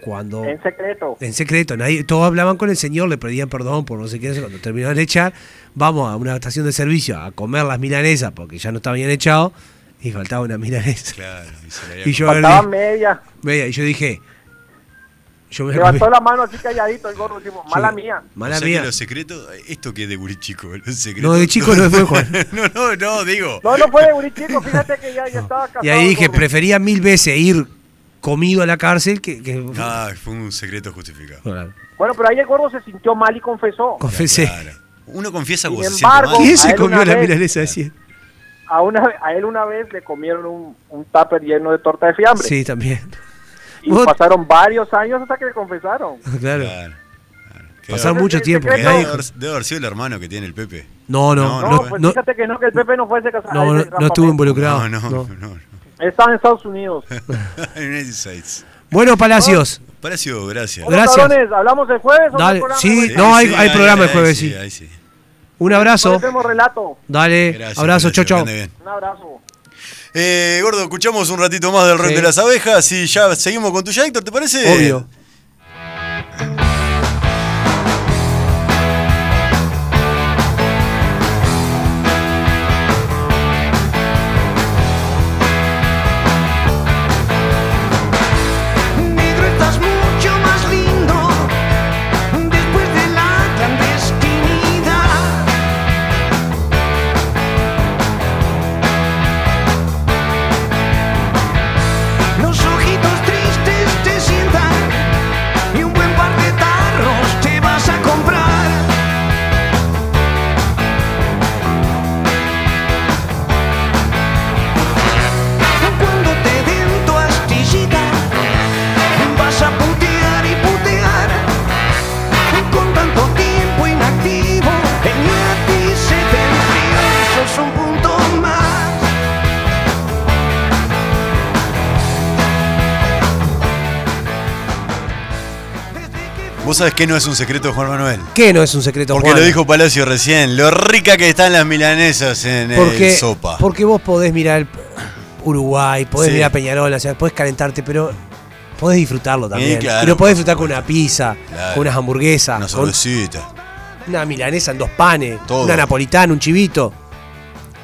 cuando... en secreto. En secreto, nadie, todos hablaban con el señor, le pedían perdón por no sé qué. no sé, Cuando terminaron de echar, vamos a una estación de servicio a comer las milanesas porque ya no estaban bien echado y faltaba una milanesa. Claro. Y, se la había Y yo, Faltaba agarré- media. media, y yo dije, yo me la comí. Levantó la mano así calladito el gordo, decimos, mala Sí, mía. O Mala sea que mía. los secretos, esto que es de gurí chico, los secretos. No, de chico no fue, Juan. (laughs) no, no, no, digo. No, no fue de Burichico, fíjate que ya, ya estaba casado. Y ahí dije, gordo. prefería mil veces ir comido a la cárcel que, que- Ah, fue un secreto justificado. Bueno, Bueno, pero ahí el gordo se sintió mal y confesó. confesé. Claro. Uno confiesa Sin cuando se embargo- siente Y mal. él A se él comió una la vez. milanesa así. A, una, a él una vez le comieron un, un tupper lleno de torta de fiambre. Sí, también. (laughs) Y Vos- pasaron varios años hasta que le confesaron. Claro, Claro. claro. Qué Pasar horror. mucho el tiempo. Qué que secreto- nadie- debe, haber, debe haber sido el hermano que tiene el Pepe. No, No, no, No, no, pues no, fíjate que no, que el Pepe no fue ese casado. no, no, no estuve involucrado. no, no. no. no. (laughs) Estaba pues. en Estados Unidos. United States. Bueno, Palacios. Palacio, gracias. Gracias. Bueno, cabrones, hablamos el jueves. o no Dale, el programa, sí, güey? no, hay- hay ahí, programa el ahí jueves, sí. ahí sí. Un abrazo. Hacemos relato. Dale, Gracias, Eh, abrazo, Palacio, chau, chau. que ande bien. Un abrazo. Eh, gordo, escuchamos un ratito más del rol Sí. de las abejas y ya seguimos con tu ya, Héctor, ¿te parece? Obvio. Negro estás mucho más lindo después de la clandestinidad. Los ojitos tristes te sientan y un buen par de tarros te vas a comprar. Cuando te den tu astillita Vas a putear y putear Con tanto tiempo inactivo En ti se te enfrió Eso es un punto más Vos sabés que no es un secreto, Juan Manuel. ¿Qué no es un secreto, Porque Juan? lo dijo Palacio recién, lo rica que están las milanesas en porque, el sopa. Porque vos podés mirar el- Uruguay, podés Sí. mirar Peñarol, o sea, podés calentarte, pero podés disfrutarlo también. Y, claro, lo podés por disfrutar con una pizza, Claro. con unas hamburguesas, Una con cervecita. una milanesa en dos panes, Todo. una napolitana, un chivito.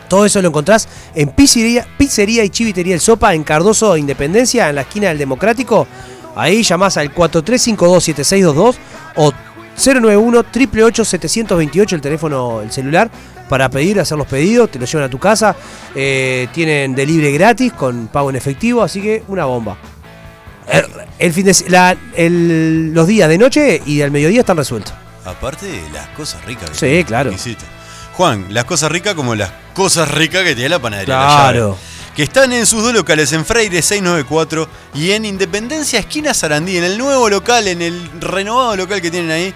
Todo eso lo encontrás en pizzería, pizzería y chivitería El Sopa, en Cardoso e Independencia, en la esquina del Democrático. Ahí llamás al 4352-7622 o 091-888-728, el teléfono, el celular, para pedir, hacer los pedidos, te lo llevan a tu casa. Eh, tienen delivery gratis con pago en efectivo, así que una bomba. El, el fin de se- la- el- los días de noche y al mediodía están resueltos. Aparte de las cosas ricas que Sí, tiene, claro. que hiciste. Juan, las cosas ricas como las cosas ricas que tiene la panadería. La Claro. Llave, que están en sus dos locales, en Freire 694 y en Independencia, esquina Sarandí, en el nuevo local, en el renovado local que tienen ahí.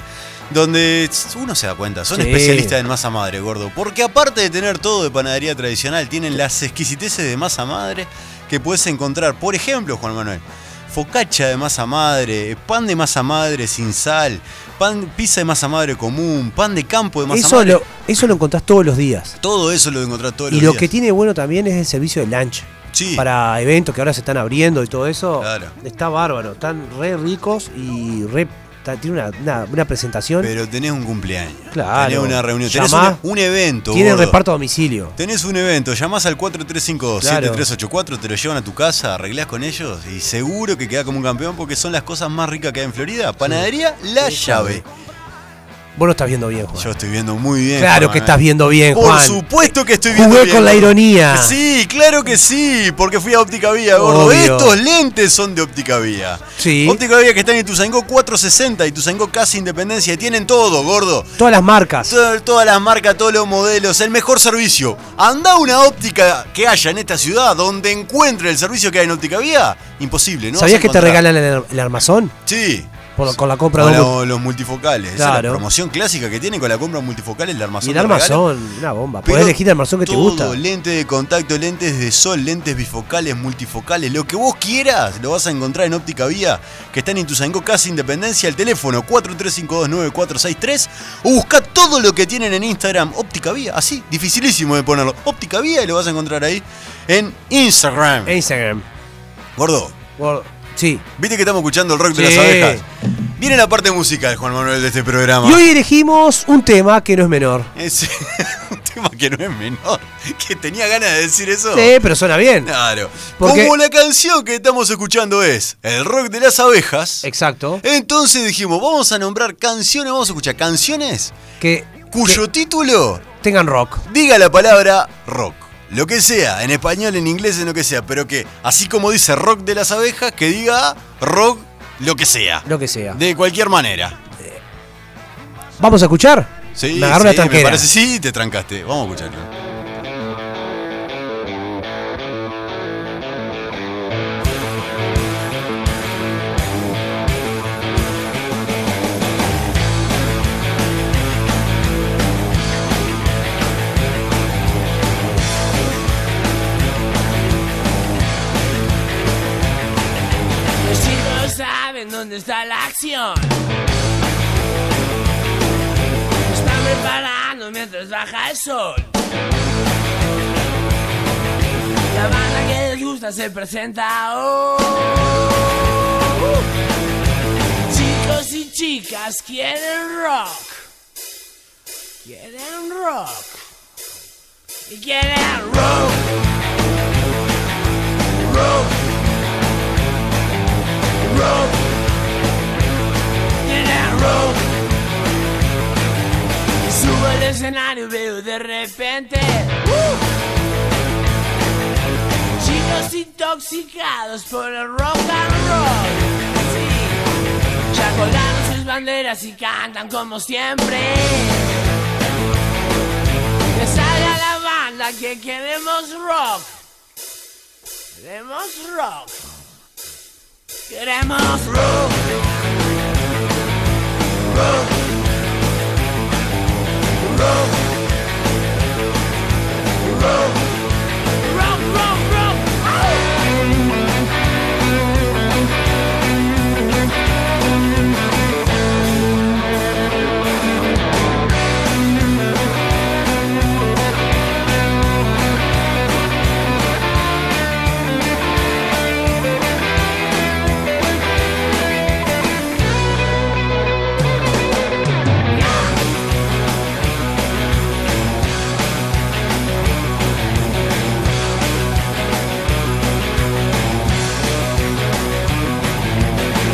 Donde uno se da cuenta, son Sí. especialistas en masa madre, gordo. Porque aparte de tener todo de panadería tradicional, tienen las exquisiteces de masa madre que puedes encontrar. Por ejemplo, Juan Manuel, focacha de masa madre, pan de masa madre sin sal, pan, pizza de masa madre común, pan de campo de masa Eso madre. lo, eso lo encontrás todos los días. Todo eso lo encontrás todos Y los lo días. que tiene bueno también es el servicio de lunch. Sí. Para eventos que ahora se están abriendo y todo eso. Claro. Está bárbaro. Están re ricos y re, ta- tiene una, una- una presentación. Pero tenés un cumpleaños. Claro. Tenés una reunión. Tenés Llamá. una- un evento. tiene gordo. reparto a domicilio. Tenés un evento, llamás al 4352 Claro. 7384 te lo llevan a tu casa, arreglás con ellos y seguro que quedás como un campeón porque son las cosas más ricas que hay en Florida. Panadería La Llave. Vos no estás viendo bien, Juan. Yo estoy viendo muy bien. Claro Juan, que ¿eh? estás viendo bien, Por Juan. supuesto que estoy viendo Jugué bien. con la ironía. Sí, claro que sí, porque fui a Óptica Vía, gordo. Obvio. Estos lentes son de Óptica Vía. Sí. Óptica Vía que están en Ituzaingó 460, Ituzaingó Casi Independencia. y Tienen todo, gordo. Todas las marcas. To- Todas las marcas, todos los modelos, el mejor servicio. Anda a una óptica que haya en esta ciudad donde encuentre el servicio que hay en Óptica Vía. Imposible, ¿no? ¿Sabías Vas a que te encontrar. regalan el, el armazón? Sí. Por la- con la compra Con de un- lo- los multifocales. Esa es la Claro. promoción clásica que tienen con la compra de multifocales, el armazón. Y el te regala. armazón, una bomba. Pero Podés elegir el armazón que te todo, gusta. Lentes de contacto, lentes de sol, lentes bifocales, multifocales, lo que vos quieras, lo vas a encontrar en Óptica Vía, que está en Ituzaingó, casi Independencia, el teléfono 43529463 o busca todo lo que tienen en Instagram, Óptica Vía, así, dificilísimo de ponerlo. Óptica Vía y lo vas a encontrar ahí en Instagram. Eh. Instagram. Gordo, Por- Sí. viste que estamos escuchando el rock de las Sí. abejas. Viene la parte musical, Juan Manuel, de este programa. Y hoy elegimos un tema que no es menor. (laughs) Es un tema que no es menor, (laughs) que tenía ganas de decir eso. Sí, pero suena bien. Claro. Porque- Como la canción que estamos escuchando es El rock de las abejas. Exacto. Entonces dijimos, vamos a nombrar canciones, vamos a escuchar canciones Que cuyo título que tengan rock. diga la palabra rock. Lo que sea, en español, en inglés, en lo que sea, pero que así como dice rock de las abejas, que diga rock lo que sea. Lo que sea. De cualquier manera. ¿Vamos a escuchar? Sí, Me agarró sí, la tranquera. parece, sí, te trancaste. Vamos a escucharlo. Los chicos saben dónde está la acción. Están preparando mientras baja el sol. La banda que les gusta se presenta hoy. Chicos y chicas quieren rock. Quieren rock. Y quieren rock. Rock. Rock. Quieren rock. Y Subo al escenario y veo de repente. ¡uh! Chicos intoxicados por el rock and roll. Sí. Ya colgaron sus banderas y cantan como siempre. Que salga la banda que queremos rock. Queremos rock. Queremos rock. Rock. Rock. Rock. Rock, rock, rock. ¡Au!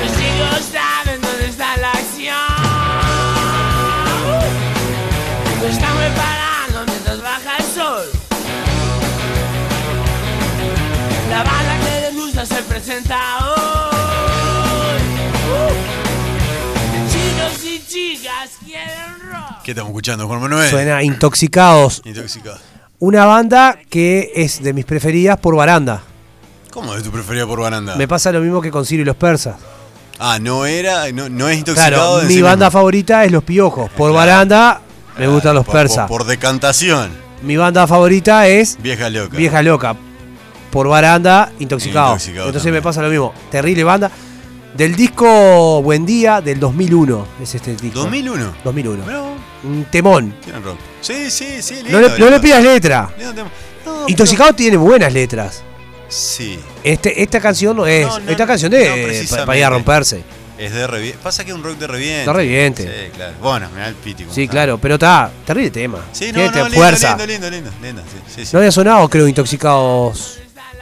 Los chicos saben dónde está la acción. Lo están preparando mientras baja el sol. La bala que les gusta se presenta hoy. Chicos y chicas quieren rock. ¿Qué estamos escuchando, Juan Manuel? Suena Intoxicados. Intoxicado. Una banda que es de mis preferidas por baranda. ¿Cómo es tu preferida por baranda? Me pasa lo mismo que con Ciro y los persas. Ah, no era, no, no es intoxicado. Claro, en mi sí banda mismo. favorita es Los Piojos. Por baranda me gustan los Por- persas. Por, por decantación, Mi banda favorita es vieja loca. Vieja Loca. Por baranda, Intoxicados. Intoxicado Entonces también. me pasa lo mismo. Terrible banda. Del disco Buen Día del 2001 es este disco. 2001. 2001. Bravo, Un temón. tienen rock. Sí, sí, sí, lindo. No le, no le lindo. pidas letra. Lindo tema. No, Intoxicados tiene buenas letras. pero- Sí, Este, esta canción no es. No, no, esta canción no, es precisamente. para ir a romperse. es de reviente. Pasa que es un rock de reviente. De reviente. Sí, claro. Bueno, me da el piti. como Sí, está. claro, pero está. Terrible tema. Sí, no, Tiene este no, lindo, fuerza. lindo, lindo, lindo, lindo, sí, sí, sí. No había sonado, creo, Intoxicados.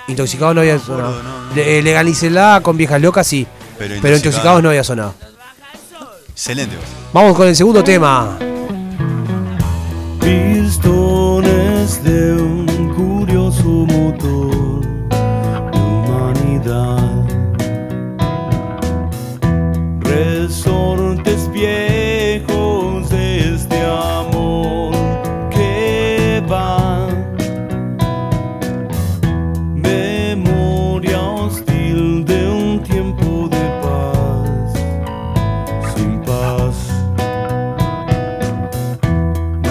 Intoxicados no había sonado. no, no. Le- eh, Legalicela con Viejas Locas sí. Pero Pero, Intoxicados Intoxicados no había sonado. Excelente vos. Vamos con el segundo tema. Pistones de un curioso motor de humanidad. Resortes viejos de este amor que va. Memoria hostil de un tiempo de paz, sin paz.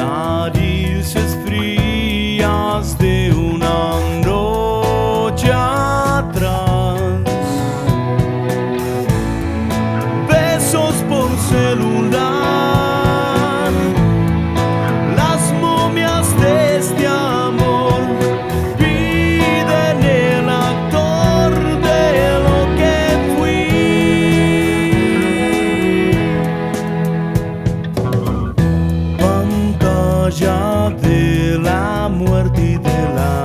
Narices frías de una noche atrás. Besos por celular. Las momias de este amor piden el actor de lo que fui pantalla de la muerte y de la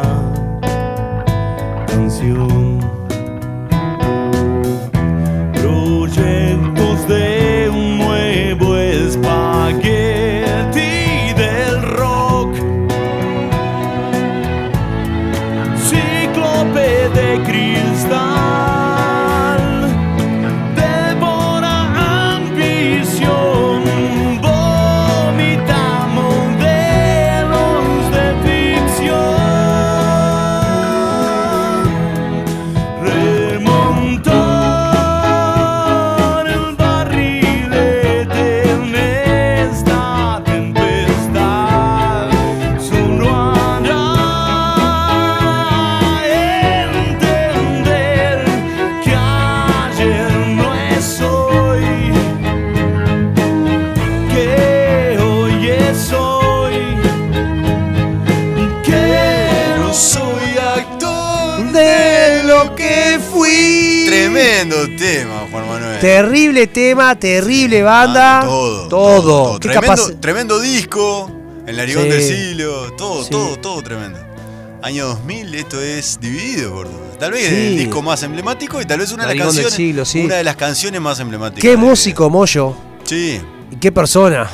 canción. Proyectos de un nuevo espagueti del rock. Cíclope de cristal. Devora ambición, vomita modelos de ficción. Remontar el barrilete en esta tempestad solo hará entender que ayer no es hoy, que hoy es hoy, que no soy actor De lo que fui. Tremendo tema, Juan Manuel. Terrible tema, terrible banda. Ah, todo, Todo. todo. Qué Tremendo, capaz- tremendo disco, El Narigón Sí. del Siglo, todo, Sí. todo, todo tremendo. Año 2000, esto es dividido, gordo. Tal vez Sí. el disco más emblemático y tal vez una de las Narigón del canciones, Siglo, sí. una de las canciones más emblemáticas. Qué de Dividido. músico, Moyo. Sí. Y qué persona.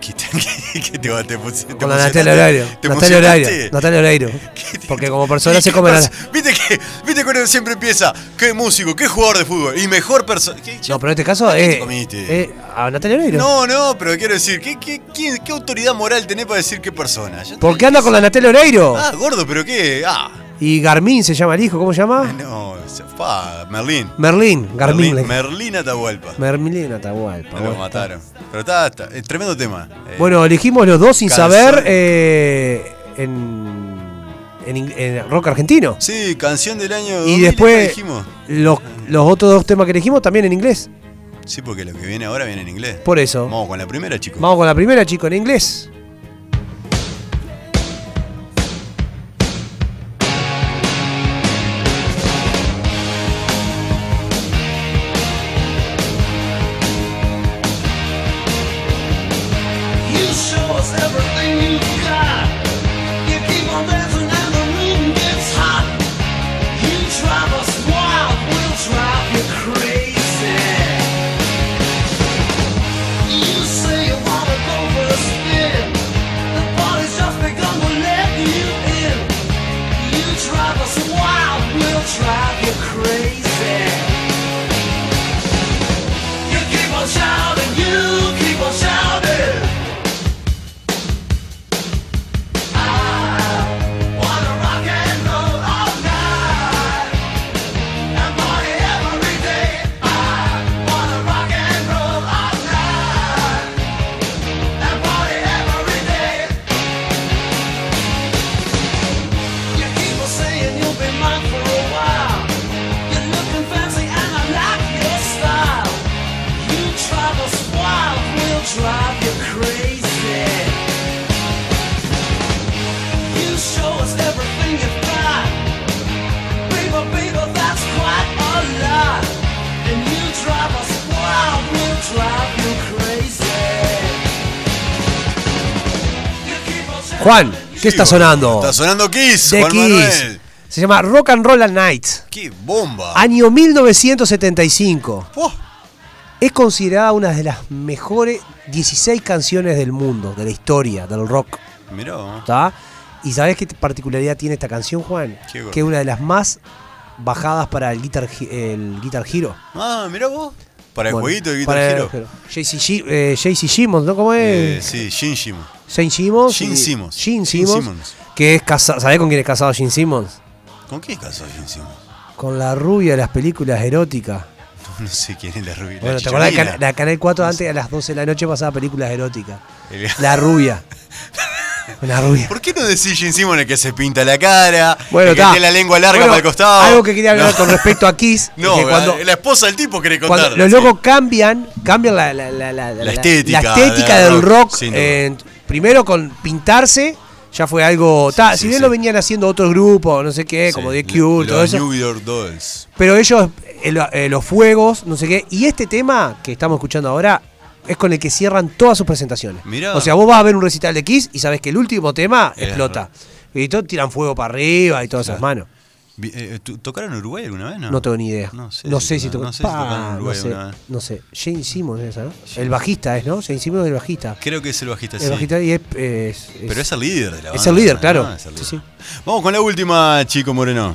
¿Qué, qué- qué te (laughs) va? Te, pus- te Con la emocionaste? Natalia Oreiro. ¿Te Natalia Oreiro. emocionaste? Natalia Oreiro. (laughs) ¿Qué te- Porque como persona ¿Y se qué come la- pasa? Viste que, viste que uno siempre empieza, qué músico, qué jugador de fútbol y mejor persona. ¿Qué- No, pero en este caso ¿A quién te eh, comiste? eh, a Natalia Oreiro. No, no, pero quiero decir, ¿qué, qué, quién- qué autoridad moral tenés para decir qué persona? Ya ¿Por te- qué anda con la Natalia Oreiro? Ah, gordo, pero qué. Ah, Y Garmin se llama el hijo, ¿cómo se llama? no, se- pa, Merlín. Merlín, Garmin. Merlín, le- Merlín Atahualpa. Merlín en Atahualpa. No bueno. lo mataron. Pero está, está- eh, tremendo tema. Eh, Bueno, elegimos los dos sin Calzón. saber eh, en, en ing- en rock argentino. Sí, canción del año. 2000, Y después dijimos. los, los otros dos temas que elegimos también en inglés. Sí, porque lo que viene ahora viene en inglés. Por eso. Vamos con la primera, chicos. Vamos con la primera, chico, en inglés. You show us everything you've got. You keep on dancing and the wind gets hot. You drive us wild, we'll drive you crazy. You say you wanna go for a spin. The party's just begun, we'll let you in. You drive us wild, we'll drive you crazy. You keep on shouting, you keep on shouting. I wanna rock and roll all night and party every day. I wanna rock and roll all night and party every day. You keep on saying you'll be mine for a while. You're looking fancy and I like your style. You drive us wild, we'll drive you crazy. You show us everything you've got. Baby, baby, that's quite a lot. And you drive us wild, we'll drive you crazy. You keep on shining. Juan, ¿qué está Sí, sonando? Está sonando Kiss, The Juan Kiss. Manuel. Ah. Se llama Rock and Roll at Night. Qué bomba. Año 1975. Puah, Es considerada una de las mejores 16 canciones del mundo, de la historia, del rock. Mirá, vos. ¿tá? ¿Y sabés qué particularidad tiene esta canción, Juan? ¿Qué cosa? que es una de las más bajadas para el Guitar, He- el guitar Hero. Ah, mirá vos. Para el Bueno, jueguito de Guitar para el Hero. Hero. JC eh, JC Simmons, ¿no? ¿Cómo Eh, es? sí, Shin Shimo. Shane Simmons. Gene y- Simmons. Gene Gene Simmons, Simmons. Que es casado. ¿Sabés con quién es casado Gene Simmons? ¿Con qué caso Shin Shimo? Con la rubia de las películas eróticas. (laughs) No sé quién es la rubia. Bueno, la ¿te acordás? de chicharina. Can- La Canal 4 antes a las 12 de la noche pasaba películas eróticas. El- (laughs) La rubia. Una rubia. ¿Por qué no decís Jim Simon el que se pinta la cara? el que está. tiene la lengua larga Bueno, para el costado. Algo que quería hablar No. con respecto a Kiss. (laughs) No, eh, que cuando, la esposa del tipo quiere cuando contar. los locos cambian, cambian la, la- la- la- la- estética la estética del del rock, rock. sin duda. eh, primero con pintarse, ya fue algo. Sí, ta, si sí, bien sí. lo venían haciendo otros grupos, no sé qué, Sí, lo- como The Cure, todo los eso. New York Dolls. Pero ellos, eh, lo- eh, los fuegos, no sé qué. Y este tema que estamos escuchando ahora es con el que cierran todas sus presentaciones. Mirá. O sea, vos vas a ver un recital de Kiss y sabés que el último tema Era explota. Y todos tiran fuego para arriba y todas esas manos. Vi- eh, ¿tú- ¿Tocaron en Uruguay alguna vez? No, No tengo ni idea. No sé, si tocaron- toca- no sé si Pa, tocaron en Uruguay no sé, alguna vez. no sé. Jane Simmons es esa, ¿no? El bajista es, ¿no? Jane Simmons es el bajista. Creo que es el bajista, El sí. bajista y es. es- es- Pero es el líder de la Es banda, el líder, ¿no? Ah, claro. Es el Sí, líder. sí. Vamos con la última, Chico Moreno.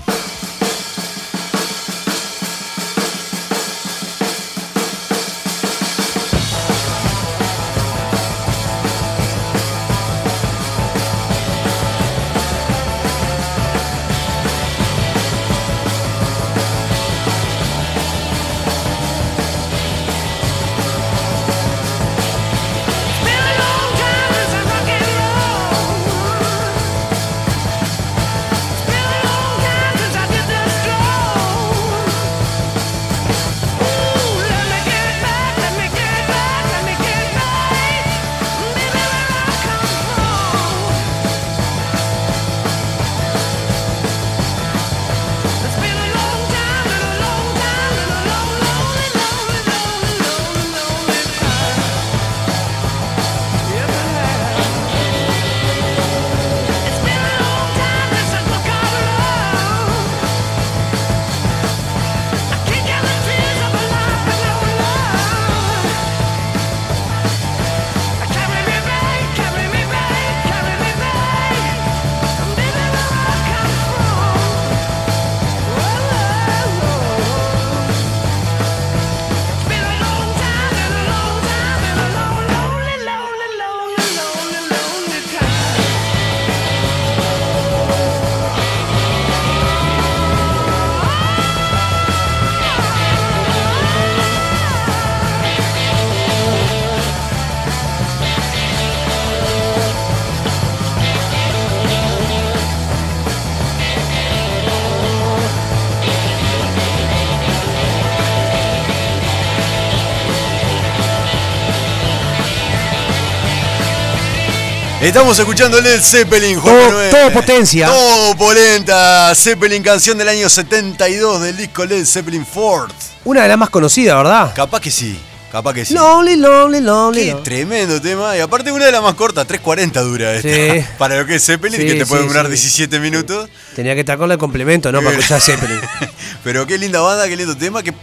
Estamos escuchando Led Zeppelin, Juan Todo- Manuel. todo potencia. Todo polenta. Zeppelin, canción del año 72 del disco Led Zeppelin 4. Una de las más conocidas, ¿verdad? Capaz que sí, capaz que sí. Lonely, lonely, lonely. Qué lonely. tremendo tema. Y aparte una de las más cortas, 3.40 dura esta. Sí. (laughs) Para lo que es Zeppelin, Sí, que te puede sí, durar sí. 17 minutos. Tenía que estar con el complemento, ¿no? Para Eh. (laughs) escuchar Zeppelin. Pero qué linda banda, qué lindo tema, qué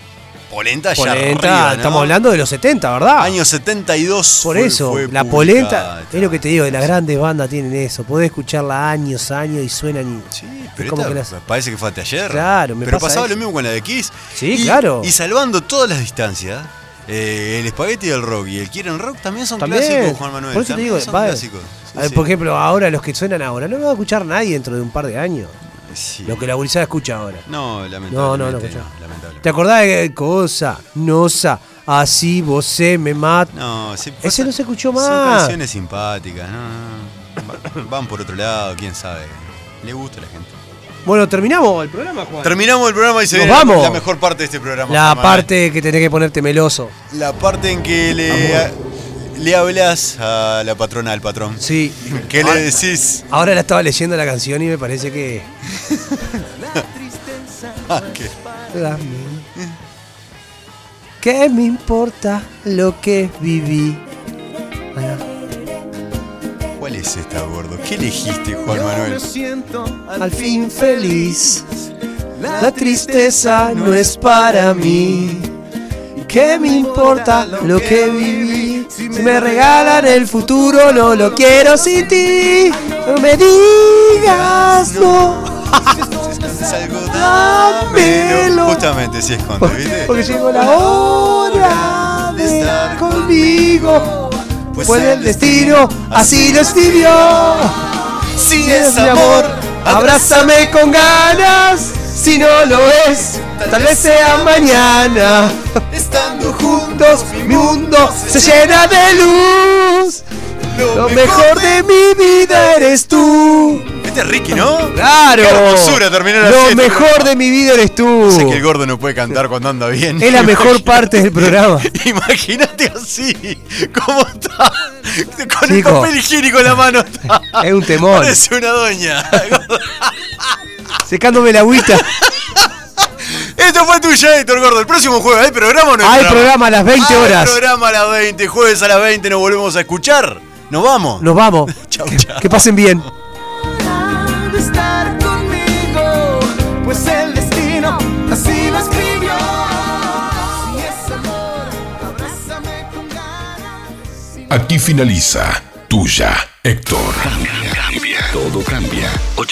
polenta ya Polenta, arriba, ¿no? estamos hablando de los 70, ¿verdad? Año 72. Por fue- eso, fue la publicada polenta, esta. es lo que te digo, de las grandes bandas tienen eso. Podés escucharla años, años y suenan y. Sí, es pero como esta que las- parece que fue hasta ayer. Claro, me Pero pasa pasaba eso. lo mismo con la de Kiss. Sí, Y- claro. Y salvando todas las distancias, eh, el espagueti del rock y el quieren rock también son También. clásicos, Juan Manuel. Por eso te también digo, son va- clásicos. Sí, a ver, sí. por ejemplo, ahora los que suenan ahora, no lo va a escuchar nadie dentro de un par de años. Sí. Lo que la gurizada escucha ahora. No, lamentablemente. No, no, no, escuchá. lamentablemente. ¿Te acordás de cosa? Nosa, así vos se me mata. No, sí, Ese no se escuchó Son más. canciones simpáticas, no, no, no. Van por otro lado, quién sabe. Le gusta a la gente. Bueno, terminamos el programa, Juan. Terminamos el programa y se Nos viene la- vamos. la mejor parte de este programa. la Juan Manuel. parte que tenés que ponerte meloso. La parte en que le, le hablas a la patrona, al patrón. Sí. ¿Qué le decís? Ahora la estaba leyendo la canción y me parece que. (laughs) Ah, ¿qué? La- ¿Qué me importa lo que viví? Ah, ¿Cuál es esta, gordo? ¿Qué elegiste, Juan Manuel? Al fin feliz. La tristeza no es para mí. ¿Qué me importa lo que viví? Si me regalan el futuro, no lo quiero sin ti. No me digas no. Es algo Dámelo. Justamente, si es cuando, ¿viste? Porque llegó la hora de estar conmigo. Pues Pues el destino así lo escribió. Si Si es mi amor, abrázame con ganas. Si no lo es, tal vez sea (laughs) mañana. Estando Juntos mi mundo se llena de luz. Lo mejor de mi vida eres tú. Este es Ricky, ¿no? Claro. Qué hermosura terminar así Lo este mejor programa. de mi vida eres tú. Sé que el gordo no puede cantar cuando anda bien. (laughs) Es (laughs) la mejor parte del programa. Imagínate así, cómo está, con el Chico. Eh, papel higiénico en la mano. Está. (laughs) Es un (laughs) temor. Parece una doña. (laughs) Secándome la (laughs) agüita. Esto fue tuyo, Héctor Gordo. El próximo jueves, ¿hay programa o no hay Hay programa a las 20 Hay horas. programa a las 20, jueves a las 20 nos volvemos a escuchar. Nos vamos. Nos vamos. (laughs) Chau, Que- chau. Que pasen bien. de estar conmigo, pues el destino así lo escribió. Si es amor, abrázame con ganas. Aquí finaliza Tuya, Héctor. Todo cambia.